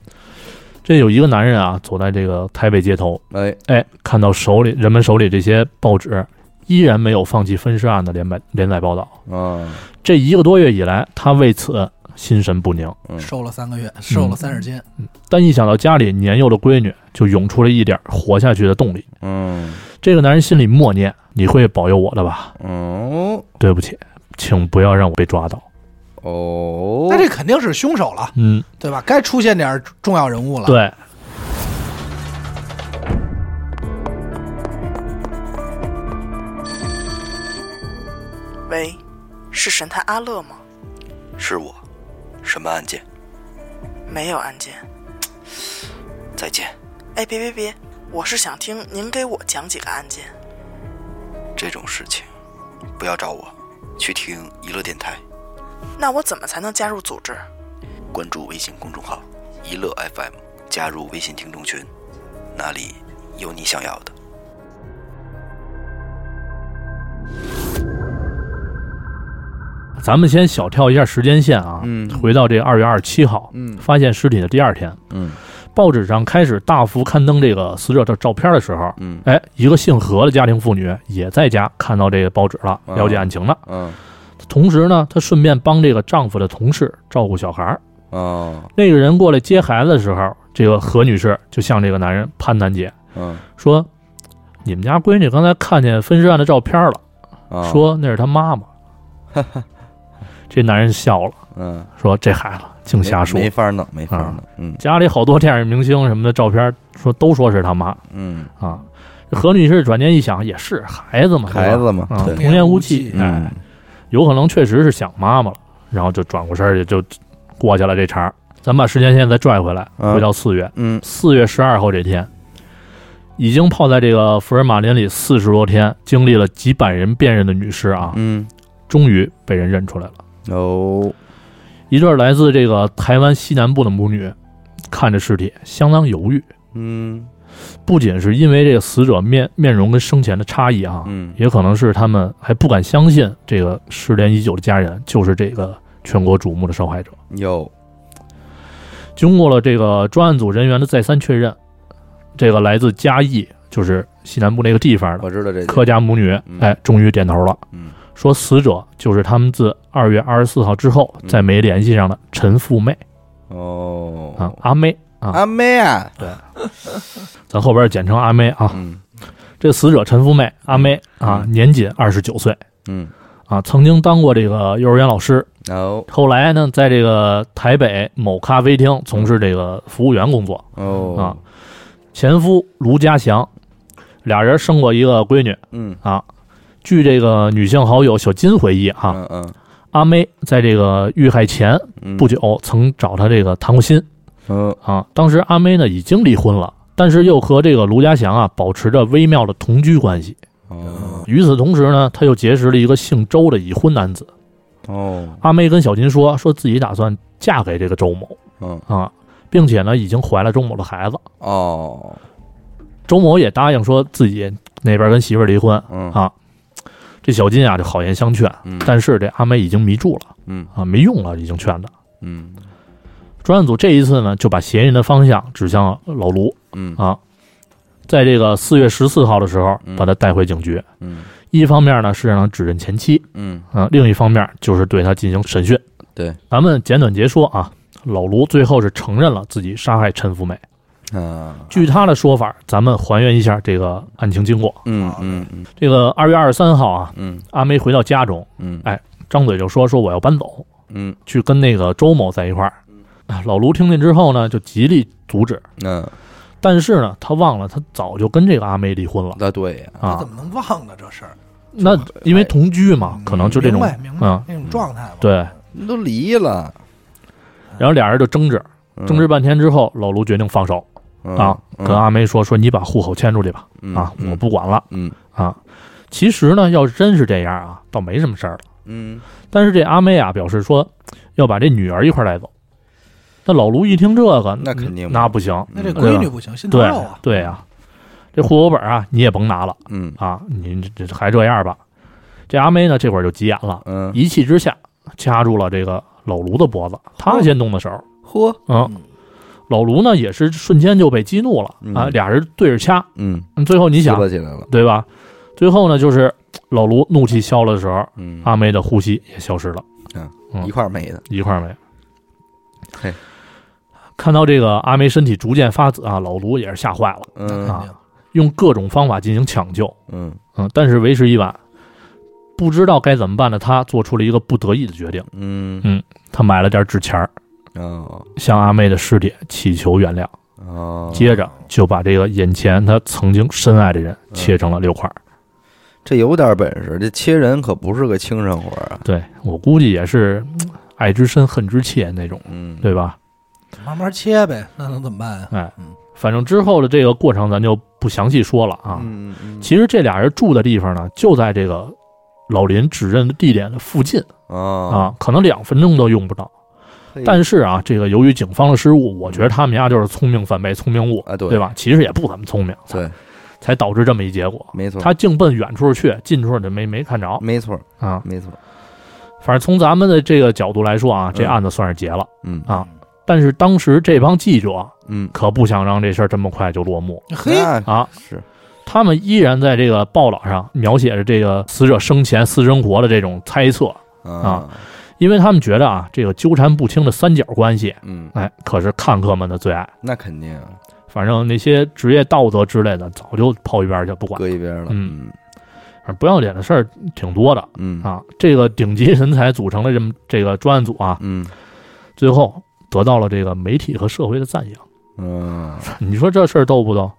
[SPEAKER 3] 这有一个男人啊，走在这个台北街头，
[SPEAKER 1] 哎，
[SPEAKER 3] 哎，看到手里人们手里这些报纸，依然没有放弃分尸案的连载连载报道。
[SPEAKER 1] 哦，
[SPEAKER 3] 这一个多月以来，他为此心神不宁。
[SPEAKER 2] 瘦了三个月，瘦了
[SPEAKER 3] 嗯
[SPEAKER 2] 三十斤，
[SPEAKER 3] 但一想到家里年幼的闺女，就涌出了一点活下去的动力。
[SPEAKER 1] 嗯
[SPEAKER 3] 这个男人心里默念：“你会保佑我的吧？
[SPEAKER 1] 哦
[SPEAKER 3] 对不起，请不要让我被抓到。
[SPEAKER 1] 哦，
[SPEAKER 2] 那这肯定是凶手了”，
[SPEAKER 3] 嗯，
[SPEAKER 2] 对吧？该出现点重要人物了。，
[SPEAKER 3] 对，
[SPEAKER 4] 喂，是神探阿乐吗？
[SPEAKER 5] 是我，什么案件？
[SPEAKER 4] 没有案件。
[SPEAKER 5] 再见，
[SPEAKER 4] 哎，别别别，我是想听您给我讲几个案件。
[SPEAKER 5] 这种事情不要找我，去听娱乐电台，
[SPEAKER 4] 那我怎么才能加入组织？
[SPEAKER 5] 关注微信公众号“娱乐 FM”，加入微信听众群，那里有你想要的。
[SPEAKER 3] 咱们先小跳一下时间线啊，
[SPEAKER 1] 嗯
[SPEAKER 3] 回到这二月二十七号，
[SPEAKER 1] 嗯
[SPEAKER 3] 发现尸体的第二天，
[SPEAKER 1] 嗯
[SPEAKER 3] 报纸上开始大幅刊登这个死者的照片的时候，
[SPEAKER 1] 嗯
[SPEAKER 3] 哎，一个姓何的家庭妇女也在家看到这个报纸了，
[SPEAKER 1] 啊
[SPEAKER 3] 了解案情了。
[SPEAKER 1] 嗯
[SPEAKER 3] 同时呢，她顺便帮这个丈夫的同事照顾小孩儿。
[SPEAKER 1] 哦
[SPEAKER 3] 那个人过来接孩子的时候，这个何女士就向这个男人潘楠姐
[SPEAKER 1] 嗯
[SPEAKER 3] 说：“你们家闺女刚才看见分尸案的照片了，
[SPEAKER 1] 哦
[SPEAKER 3] 说那是她 妈妈。”这男人笑了，
[SPEAKER 1] 嗯
[SPEAKER 3] 说：“这孩子净
[SPEAKER 1] 没
[SPEAKER 3] 瞎说。
[SPEAKER 1] 没法弄，没法
[SPEAKER 3] 啊
[SPEAKER 1] 弄，嗯
[SPEAKER 3] 家里好多电影明星什么的照片，说都说是他妈
[SPEAKER 1] 嗯，
[SPEAKER 3] 啊。”这何女士转念一想，也是孩子嘛，对吧
[SPEAKER 1] 孩子嘛，
[SPEAKER 3] 啊，
[SPEAKER 1] 对
[SPEAKER 3] 童言无忌，
[SPEAKER 2] 童
[SPEAKER 3] 哎
[SPEAKER 1] 嗯，
[SPEAKER 3] 有可能确实是想妈妈了，然后就转过身儿去就过去了这茬儿。咱把时间线再拽回来，
[SPEAKER 1] 嗯
[SPEAKER 3] 回到四月，
[SPEAKER 1] 嗯
[SPEAKER 3] 四月十二号这天，已经泡在这个福尔马林里四十多天，经历了几百人辨认的女尸啊，
[SPEAKER 1] 嗯
[SPEAKER 3] 终于被人认出来了。
[SPEAKER 1] 哦
[SPEAKER 3] 一对儿来自这个台湾西南部的母女，看着尸体相当犹豫，
[SPEAKER 1] 嗯
[SPEAKER 3] 不仅是因为这个死者面面容跟生前的差异啊，
[SPEAKER 1] 嗯
[SPEAKER 3] 也可能是他们还不敢相信这个失联已久的家人就是这个全国瞩目的受害者。
[SPEAKER 1] 有
[SPEAKER 3] 经过了这个专案组人员的再三确认，这个来自嘉义，就是西南部那个地方的
[SPEAKER 1] 我知道这
[SPEAKER 3] 客家母女
[SPEAKER 1] 嗯，
[SPEAKER 3] 哎，终于点头了，
[SPEAKER 1] 嗯
[SPEAKER 3] 说死者就是他们自二月二十四号之后
[SPEAKER 1] 嗯
[SPEAKER 3] 再没联系上的陈富妹
[SPEAKER 1] 哦
[SPEAKER 3] 啊，阿妹啊，
[SPEAKER 1] 阿妹啊，
[SPEAKER 3] 咱后边简称阿妹啊。
[SPEAKER 1] 嗯
[SPEAKER 3] 这死者陈富妹，阿妹啊，年仅二十九岁
[SPEAKER 1] 嗯，
[SPEAKER 3] 啊，曾经当过这个幼儿园老师，
[SPEAKER 1] 哦
[SPEAKER 3] 后来呢，在这个台北某咖啡厅从事这个服务员工作，
[SPEAKER 1] 哦
[SPEAKER 3] 啊前夫卢家祥，俩人生过一个闺女
[SPEAKER 1] 嗯
[SPEAKER 3] 啊。据这个女性好友小金回忆啊，
[SPEAKER 1] 嗯嗯
[SPEAKER 3] 阿妹在这个遇害前
[SPEAKER 1] 嗯
[SPEAKER 3] 不久曾找他这个谈过心
[SPEAKER 1] 哦
[SPEAKER 3] 啊。当时阿妹呢已经离婚了，但是又和这个卢家祥啊保持着微妙的同居关系。
[SPEAKER 1] 哦
[SPEAKER 3] 与此同时呢，他又结识了一个姓周的已婚男子。啊
[SPEAKER 1] 哦
[SPEAKER 3] 阿妹跟小金说，说自己打算嫁给这个周某。
[SPEAKER 1] 嗯
[SPEAKER 3] 啊，并且呢已经怀了周某的孩子。
[SPEAKER 1] 哦
[SPEAKER 3] 周某也答应说自己那边跟媳妇儿离婚
[SPEAKER 1] 嗯
[SPEAKER 3] 啊。这小金啊就好言相劝，
[SPEAKER 1] 嗯
[SPEAKER 3] 但是这阿梅已经迷住了
[SPEAKER 1] 嗯
[SPEAKER 3] 啊，没用了，已经劝的。
[SPEAKER 1] 嗯
[SPEAKER 3] 专案组这一次呢，就把嫌疑人的方向指向老卢
[SPEAKER 1] 嗯
[SPEAKER 3] 啊，在这个四月十四号的时候
[SPEAKER 1] 嗯
[SPEAKER 3] 把他带回警局。
[SPEAKER 1] 嗯
[SPEAKER 3] 一方面呢是让他指认前妻，
[SPEAKER 1] 嗯
[SPEAKER 3] 啊，另一方面就是对他进行审讯。
[SPEAKER 1] 对，
[SPEAKER 3] 咱们简短截说啊，老卢最后是承认了自己杀害陈福美。
[SPEAKER 1] 啊
[SPEAKER 3] 据他的说法，咱们还原一下这个案情经过。
[SPEAKER 1] 嗯嗯嗯
[SPEAKER 3] 这个二月二十三号啊，
[SPEAKER 1] 嗯
[SPEAKER 3] 阿梅回到家中，
[SPEAKER 1] 嗯
[SPEAKER 3] 张嘴就说说我要搬走，
[SPEAKER 1] 嗯
[SPEAKER 3] 去跟那个周某在一块儿。啊老卢听见之后呢，就极力阻止，
[SPEAKER 1] 嗯，
[SPEAKER 3] 但是呢，他忘了他早就跟这个阿梅离婚了
[SPEAKER 1] 那对呀，
[SPEAKER 2] 他怎
[SPEAKER 3] 啊。
[SPEAKER 2] 么能忘呢？这事儿，
[SPEAKER 3] 那因为
[SPEAKER 1] 哎
[SPEAKER 3] 同居嘛，
[SPEAKER 1] 嗯
[SPEAKER 3] 可能就这种
[SPEAKER 2] 明白明白
[SPEAKER 3] 嗯
[SPEAKER 2] 那种状态嘛。
[SPEAKER 3] 对。
[SPEAKER 1] 都离了，
[SPEAKER 3] 然后俩人就争执，
[SPEAKER 1] 嗯
[SPEAKER 3] 争执半天之后，老卢决定放手啊，跟阿梅说说你把户口迁出去吧，啊，我不管了
[SPEAKER 1] 嗯
[SPEAKER 3] 啊。其实呢，要真是这样啊，倒没什么事儿了。
[SPEAKER 1] 嗯
[SPEAKER 3] 但是这阿妹啊表示说要把这女儿一块儿带走。那老卢一听这个，
[SPEAKER 1] 那肯定不
[SPEAKER 3] 那不行，
[SPEAKER 2] 那这闺女不行，心头
[SPEAKER 3] 对
[SPEAKER 2] 肉啊。
[SPEAKER 3] 对呀、这户口本啊你也甭拿了
[SPEAKER 1] 嗯
[SPEAKER 3] 啊，你这这还这样吧？这阿妹呢这会儿就急眼了，
[SPEAKER 1] 嗯，
[SPEAKER 3] 一气之下掐住了这个老卢的脖子，他先动的手，
[SPEAKER 1] 嚯，
[SPEAKER 3] 嗯。老卢呢，也是瞬间就被激怒了啊！
[SPEAKER 1] 嗯
[SPEAKER 3] 俩人对着掐，
[SPEAKER 1] 嗯，
[SPEAKER 3] 嗯最后你
[SPEAKER 1] 撕
[SPEAKER 3] 想
[SPEAKER 1] 巴起来了，
[SPEAKER 3] 对吧？最后呢，就是老卢怒气消了的时候，
[SPEAKER 1] 嗯
[SPEAKER 3] 阿梅的呼吸也消失了。
[SPEAKER 1] 一块儿没的，
[SPEAKER 3] 一块儿没。
[SPEAKER 1] 嘿，
[SPEAKER 3] 看到这个阿梅身体逐渐发紫啊，老卢也是吓坏了
[SPEAKER 1] 嗯
[SPEAKER 2] 肯定
[SPEAKER 3] 啊，用各种方法进行抢救，
[SPEAKER 1] 嗯
[SPEAKER 3] 嗯，但是为时已晚，不知道该怎么办的他做出了一个不得已的决定，
[SPEAKER 1] 嗯
[SPEAKER 3] 他买了点纸钱儿，
[SPEAKER 1] 哦
[SPEAKER 3] 向阿妹的师姐祈求原谅，
[SPEAKER 1] 哦，
[SPEAKER 3] 接着就把这个眼前他曾经深爱的人
[SPEAKER 1] 嗯
[SPEAKER 3] 切成了六块儿。
[SPEAKER 1] 这有点本事，这切人可不是个轻生活啊。
[SPEAKER 3] 对我估计也是嗯爱之深恨之切那种，
[SPEAKER 1] 嗯，
[SPEAKER 3] 对吧？
[SPEAKER 2] 慢慢切呗，那能怎么办呀？啊
[SPEAKER 3] 哎，反正之后的这个过程咱就不详细说了啊。
[SPEAKER 1] 嗯嗯
[SPEAKER 3] 其实这俩人住的地方呢，就在这个老林指认的地点的附近
[SPEAKER 1] 嗯啊，
[SPEAKER 3] 啊，可能两分钟都用不到。
[SPEAKER 1] 嘿
[SPEAKER 3] 但是啊，这个由于警方的失误，我觉得他们家就是聪明反被聪明误，
[SPEAKER 1] 啊对
[SPEAKER 3] 对吧？其实也不怎么聪明，
[SPEAKER 1] 对，
[SPEAKER 3] 才导致这么一结果。
[SPEAKER 1] 没错，
[SPEAKER 3] 他净奔远处去，近处就没没看着
[SPEAKER 1] 没错
[SPEAKER 3] 啊。
[SPEAKER 1] 没错，
[SPEAKER 3] 反正从咱们的这个角度来说啊，这
[SPEAKER 1] 嗯
[SPEAKER 3] 案子算是结了。
[SPEAKER 1] 嗯
[SPEAKER 3] 啊。但是当时这帮记者
[SPEAKER 1] 嗯，
[SPEAKER 3] 可不想让这事儿这么快就落幕
[SPEAKER 2] 嘿，
[SPEAKER 1] 那
[SPEAKER 3] 啊，
[SPEAKER 1] 是
[SPEAKER 3] 他们依然在这个报道上描写着这个死者生前私生活的这种猜测，
[SPEAKER 1] 啊
[SPEAKER 3] 因为他们觉得啊，这个纠缠不清的三角关系，
[SPEAKER 1] 嗯，
[SPEAKER 3] 哎，可是看客们的最爱。
[SPEAKER 1] 那肯定啊
[SPEAKER 3] 反正那些职业道德之类的，早就抛一边去不管
[SPEAKER 1] 搁。一边了。
[SPEAKER 3] 嗯
[SPEAKER 1] 嗯
[SPEAKER 3] 反正不要脸的事儿挺多的
[SPEAKER 1] 嗯
[SPEAKER 3] 啊。这个顶级人才组成的这么这个专案组啊，
[SPEAKER 1] 嗯
[SPEAKER 3] 最后得到了这个媒体和社会的赞扬。
[SPEAKER 1] 嗯，
[SPEAKER 3] 你说这事儿逗不逗？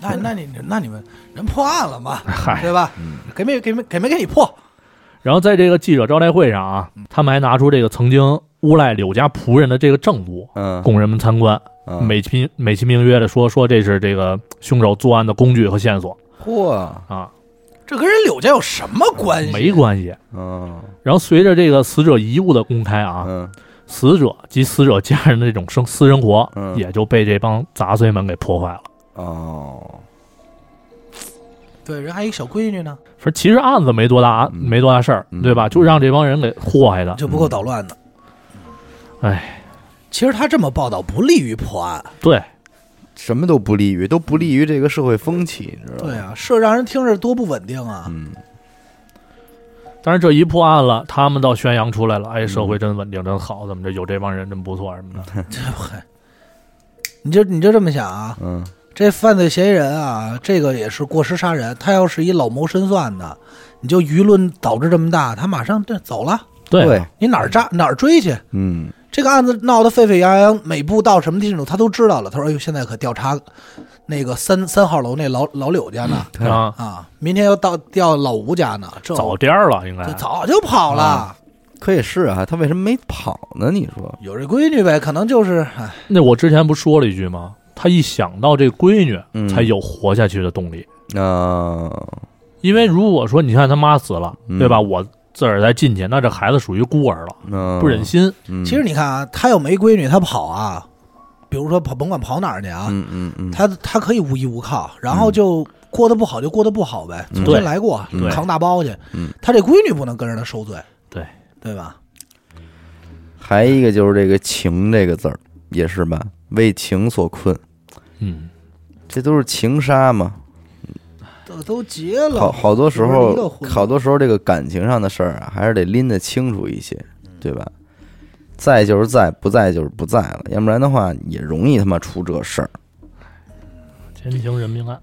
[SPEAKER 2] 那那你那你们人破案了嘛，
[SPEAKER 3] 嗨，
[SPEAKER 2] 对吧？
[SPEAKER 1] 嗯
[SPEAKER 2] 给没给没给没给你破？
[SPEAKER 3] 然后在这个记者招待会上啊，
[SPEAKER 1] 嗯
[SPEAKER 3] 他们还拿出这个曾经诬赖柳家仆人的这个证物，
[SPEAKER 1] 嗯
[SPEAKER 3] 供人们参观，
[SPEAKER 1] 啊
[SPEAKER 3] 美其美其名曰的说说这是这个凶手作案的工具和线索
[SPEAKER 1] 嚯，
[SPEAKER 3] 啊，
[SPEAKER 2] 这跟人柳家有什么
[SPEAKER 1] 哎
[SPEAKER 2] 关系？
[SPEAKER 3] 没关系。
[SPEAKER 1] 嗯
[SPEAKER 3] 然后随着这个死者遗物的公开啊，
[SPEAKER 1] 嗯
[SPEAKER 3] 死者及死者家人的这种生私生活
[SPEAKER 1] 嗯
[SPEAKER 3] 也就被这帮杂碎们给破坏了。
[SPEAKER 1] 哦，
[SPEAKER 2] 对，人还有一小闺女呢，
[SPEAKER 3] 说其实案子没多大，
[SPEAKER 1] 嗯
[SPEAKER 3] 没多大事儿，
[SPEAKER 1] 嗯
[SPEAKER 3] 对吧？就让这帮人给祸害的。
[SPEAKER 2] 就不够捣乱的。
[SPEAKER 3] 哎，
[SPEAKER 2] 其实他这么报道不利于破案。
[SPEAKER 3] 对，
[SPEAKER 1] 什么都不利于，都不利于这个社会风气，你知道吗？
[SPEAKER 2] 对啊，这让人听着多不稳定啊！
[SPEAKER 1] 嗯
[SPEAKER 3] 但是这一破案了，他们倒宣扬出来了，
[SPEAKER 1] 嗯
[SPEAKER 3] 哎，社会真稳定，真好，怎么着？有这帮人真不错什么的。
[SPEAKER 2] 这嗨，你就你就这么想啊？
[SPEAKER 1] 嗯
[SPEAKER 2] 这犯罪嫌疑人啊，这个也是过失杀人，他要是一老谋深算的，你就舆论导致这么大，他马上这走了，
[SPEAKER 3] 对
[SPEAKER 1] 对
[SPEAKER 3] 啊，
[SPEAKER 2] 你哪儿扎哪儿追去？
[SPEAKER 1] 嗯
[SPEAKER 2] 这个案子闹得沸沸扬扬，每步到什么地方他都知道了。他说：“哎呦，现在可调查那个三三号楼那老老柳家 呢，
[SPEAKER 3] 啊，
[SPEAKER 2] 啊，明天要到调老吴家呢，这
[SPEAKER 3] 早颠儿了应该
[SPEAKER 2] 这。早就跑了。
[SPEAKER 1] 啊可也是啊，他为什么没跑呢？你说，
[SPEAKER 2] 有这闺女呗，可能就是哎，
[SPEAKER 3] 那我之前不说了一句吗？他一想到这闺女，
[SPEAKER 1] 嗯
[SPEAKER 3] 才有活下去的动力。
[SPEAKER 1] 啊，
[SPEAKER 3] 因为如果说你看他妈死了，
[SPEAKER 1] 嗯
[SPEAKER 3] 对吧？我自个儿再进去，那这孩子属于孤儿了，
[SPEAKER 1] 嗯
[SPEAKER 3] 不忍，心。
[SPEAKER 1] 嗯
[SPEAKER 2] 其实，你看啊，他要没闺女，他跑啊，比如说跑，甭管跑哪儿去啊，
[SPEAKER 1] 嗯嗯嗯，
[SPEAKER 2] 他他可以无依无靠，然后就过得不好就过得不好呗，重
[SPEAKER 3] 对
[SPEAKER 2] 新来过，
[SPEAKER 3] 对
[SPEAKER 2] 扛大包去
[SPEAKER 1] 嗯。
[SPEAKER 2] 他这闺女不能跟着他受罪，
[SPEAKER 3] 对
[SPEAKER 2] 对吧？
[SPEAKER 1] 还一个就是这个“情”这个字儿，也是吧？为情所困，
[SPEAKER 3] 嗯，
[SPEAKER 1] 这都是情杀嘛。
[SPEAKER 2] 都都结了，
[SPEAKER 1] 好好多时
[SPEAKER 2] 不是一个
[SPEAKER 1] 候
[SPEAKER 2] 婚，
[SPEAKER 1] 好多时候这个感情上的事儿啊，还是得拎得清楚一些，
[SPEAKER 2] 嗯
[SPEAKER 1] 对吧？在就是在，不在就是不在了，要不然的话也容易他妈出这事儿。
[SPEAKER 3] 奸情人命案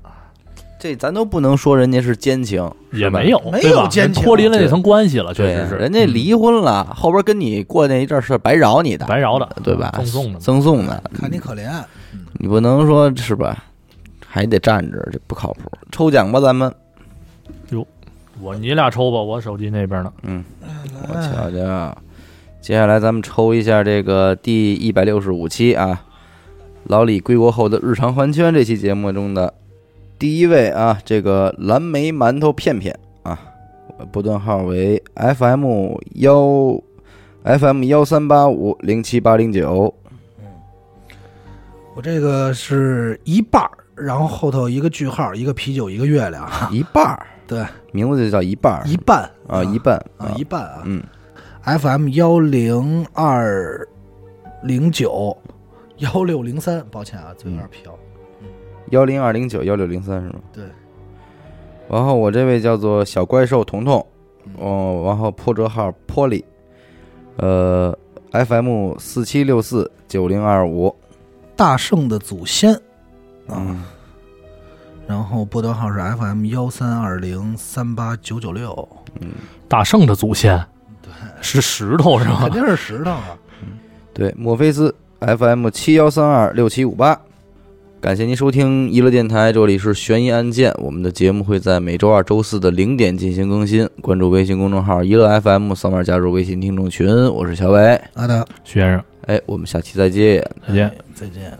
[SPEAKER 1] 这咱都不能说人家是奸情，是
[SPEAKER 3] 也
[SPEAKER 1] 吧
[SPEAKER 3] 没有，
[SPEAKER 2] 没
[SPEAKER 3] 对吧
[SPEAKER 2] 有奸情
[SPEAKER 3] 脱离了那层关系了，啊确
[SPEAKER 1] 对呀
[SPEAKER 3] 实是。嗯
[SPEAKER 1] 人家离婚了，后边跟你过那一阵儿是白饶你的，
[SPEAKER 3] 白饶的，
[SPEAKER 1] 对吧？
[SPEAKER 3] 赠送的，
[SPEAKER 1] 赠送的，
[SPEAKER 2] 看你可怜，
[SPEAKER 1] 你不能说是吧？还得站着，这不靠谱。抽奖吧，咱们，
[SPEAKER 3] 我你俩抽吧，我手机那边呢。
[SPEAKER 1] 嗯，
[SPEAKER 2] 哎
[SPEAKER 1] 我瞧瞧。接下来咱们抽一下这个第一百六十五期啊，老李归国后的日常环圈这期节目中的第一位啊，这个蓝莓馒头片片啊，波段号为 FM 幺 FM 幺三八五零七八零九，
[SPEAKER 2] 我这个是一半儿，然后后头一个句号，一个啤酒，一个月亮，
[SPEAKER 1] 一半儿，
[SPEAKER 2] 对，
[SPEAKER 1] 名字就叫一半儿
[SPEAKER 2] 一半
[SPEAKER 1] 啊，一半
[SPEAKER 2] 啊一半啊
[SPEAKER 1] 嗯
[SPEAKER 2] ，FM 幺零二零九幺六零三，抱歉啊，嘴有点瓢，
[SPEAKER 1] 幺零二零九幺六零三是吗？
[SPEAKER 2] 对。
[SPEAKER 1] 然后我这位叫做小怪兽彤彤，哦，然后破折号 Polly，呃，FM 四七六四九零二五，
[SPEAKER 2] 大圣的祖先。
[SPEAKER 1] 嗯，
[SPEAKER 2] 啊然后拨段号是 FM 幺三二零三八九九六，
[SPEAKER 1] 嗯
[SPEAKER 3] 大圣的祖先，对，是石头是吧
[SPEAKER 2] 肯？定是石头啊。
[SPEAKER 1] 对，墨菲斯 FM 七幺三二六七五八，感谢您收听娱乐电台，这里是悬疑案件，我们的节目会在每周二、周四的零点进行更新，关注微信公众号“娱乐 FM”，扫码加入微信听众群，我是小伟，
[SPEAKER 2] 阿达，
[SPEAKER 3] 学生，
[SPEAKER 1] 哎，我们下期再见。
[SPEAKER 3] 再见。
[SPEAKER 2] 再见。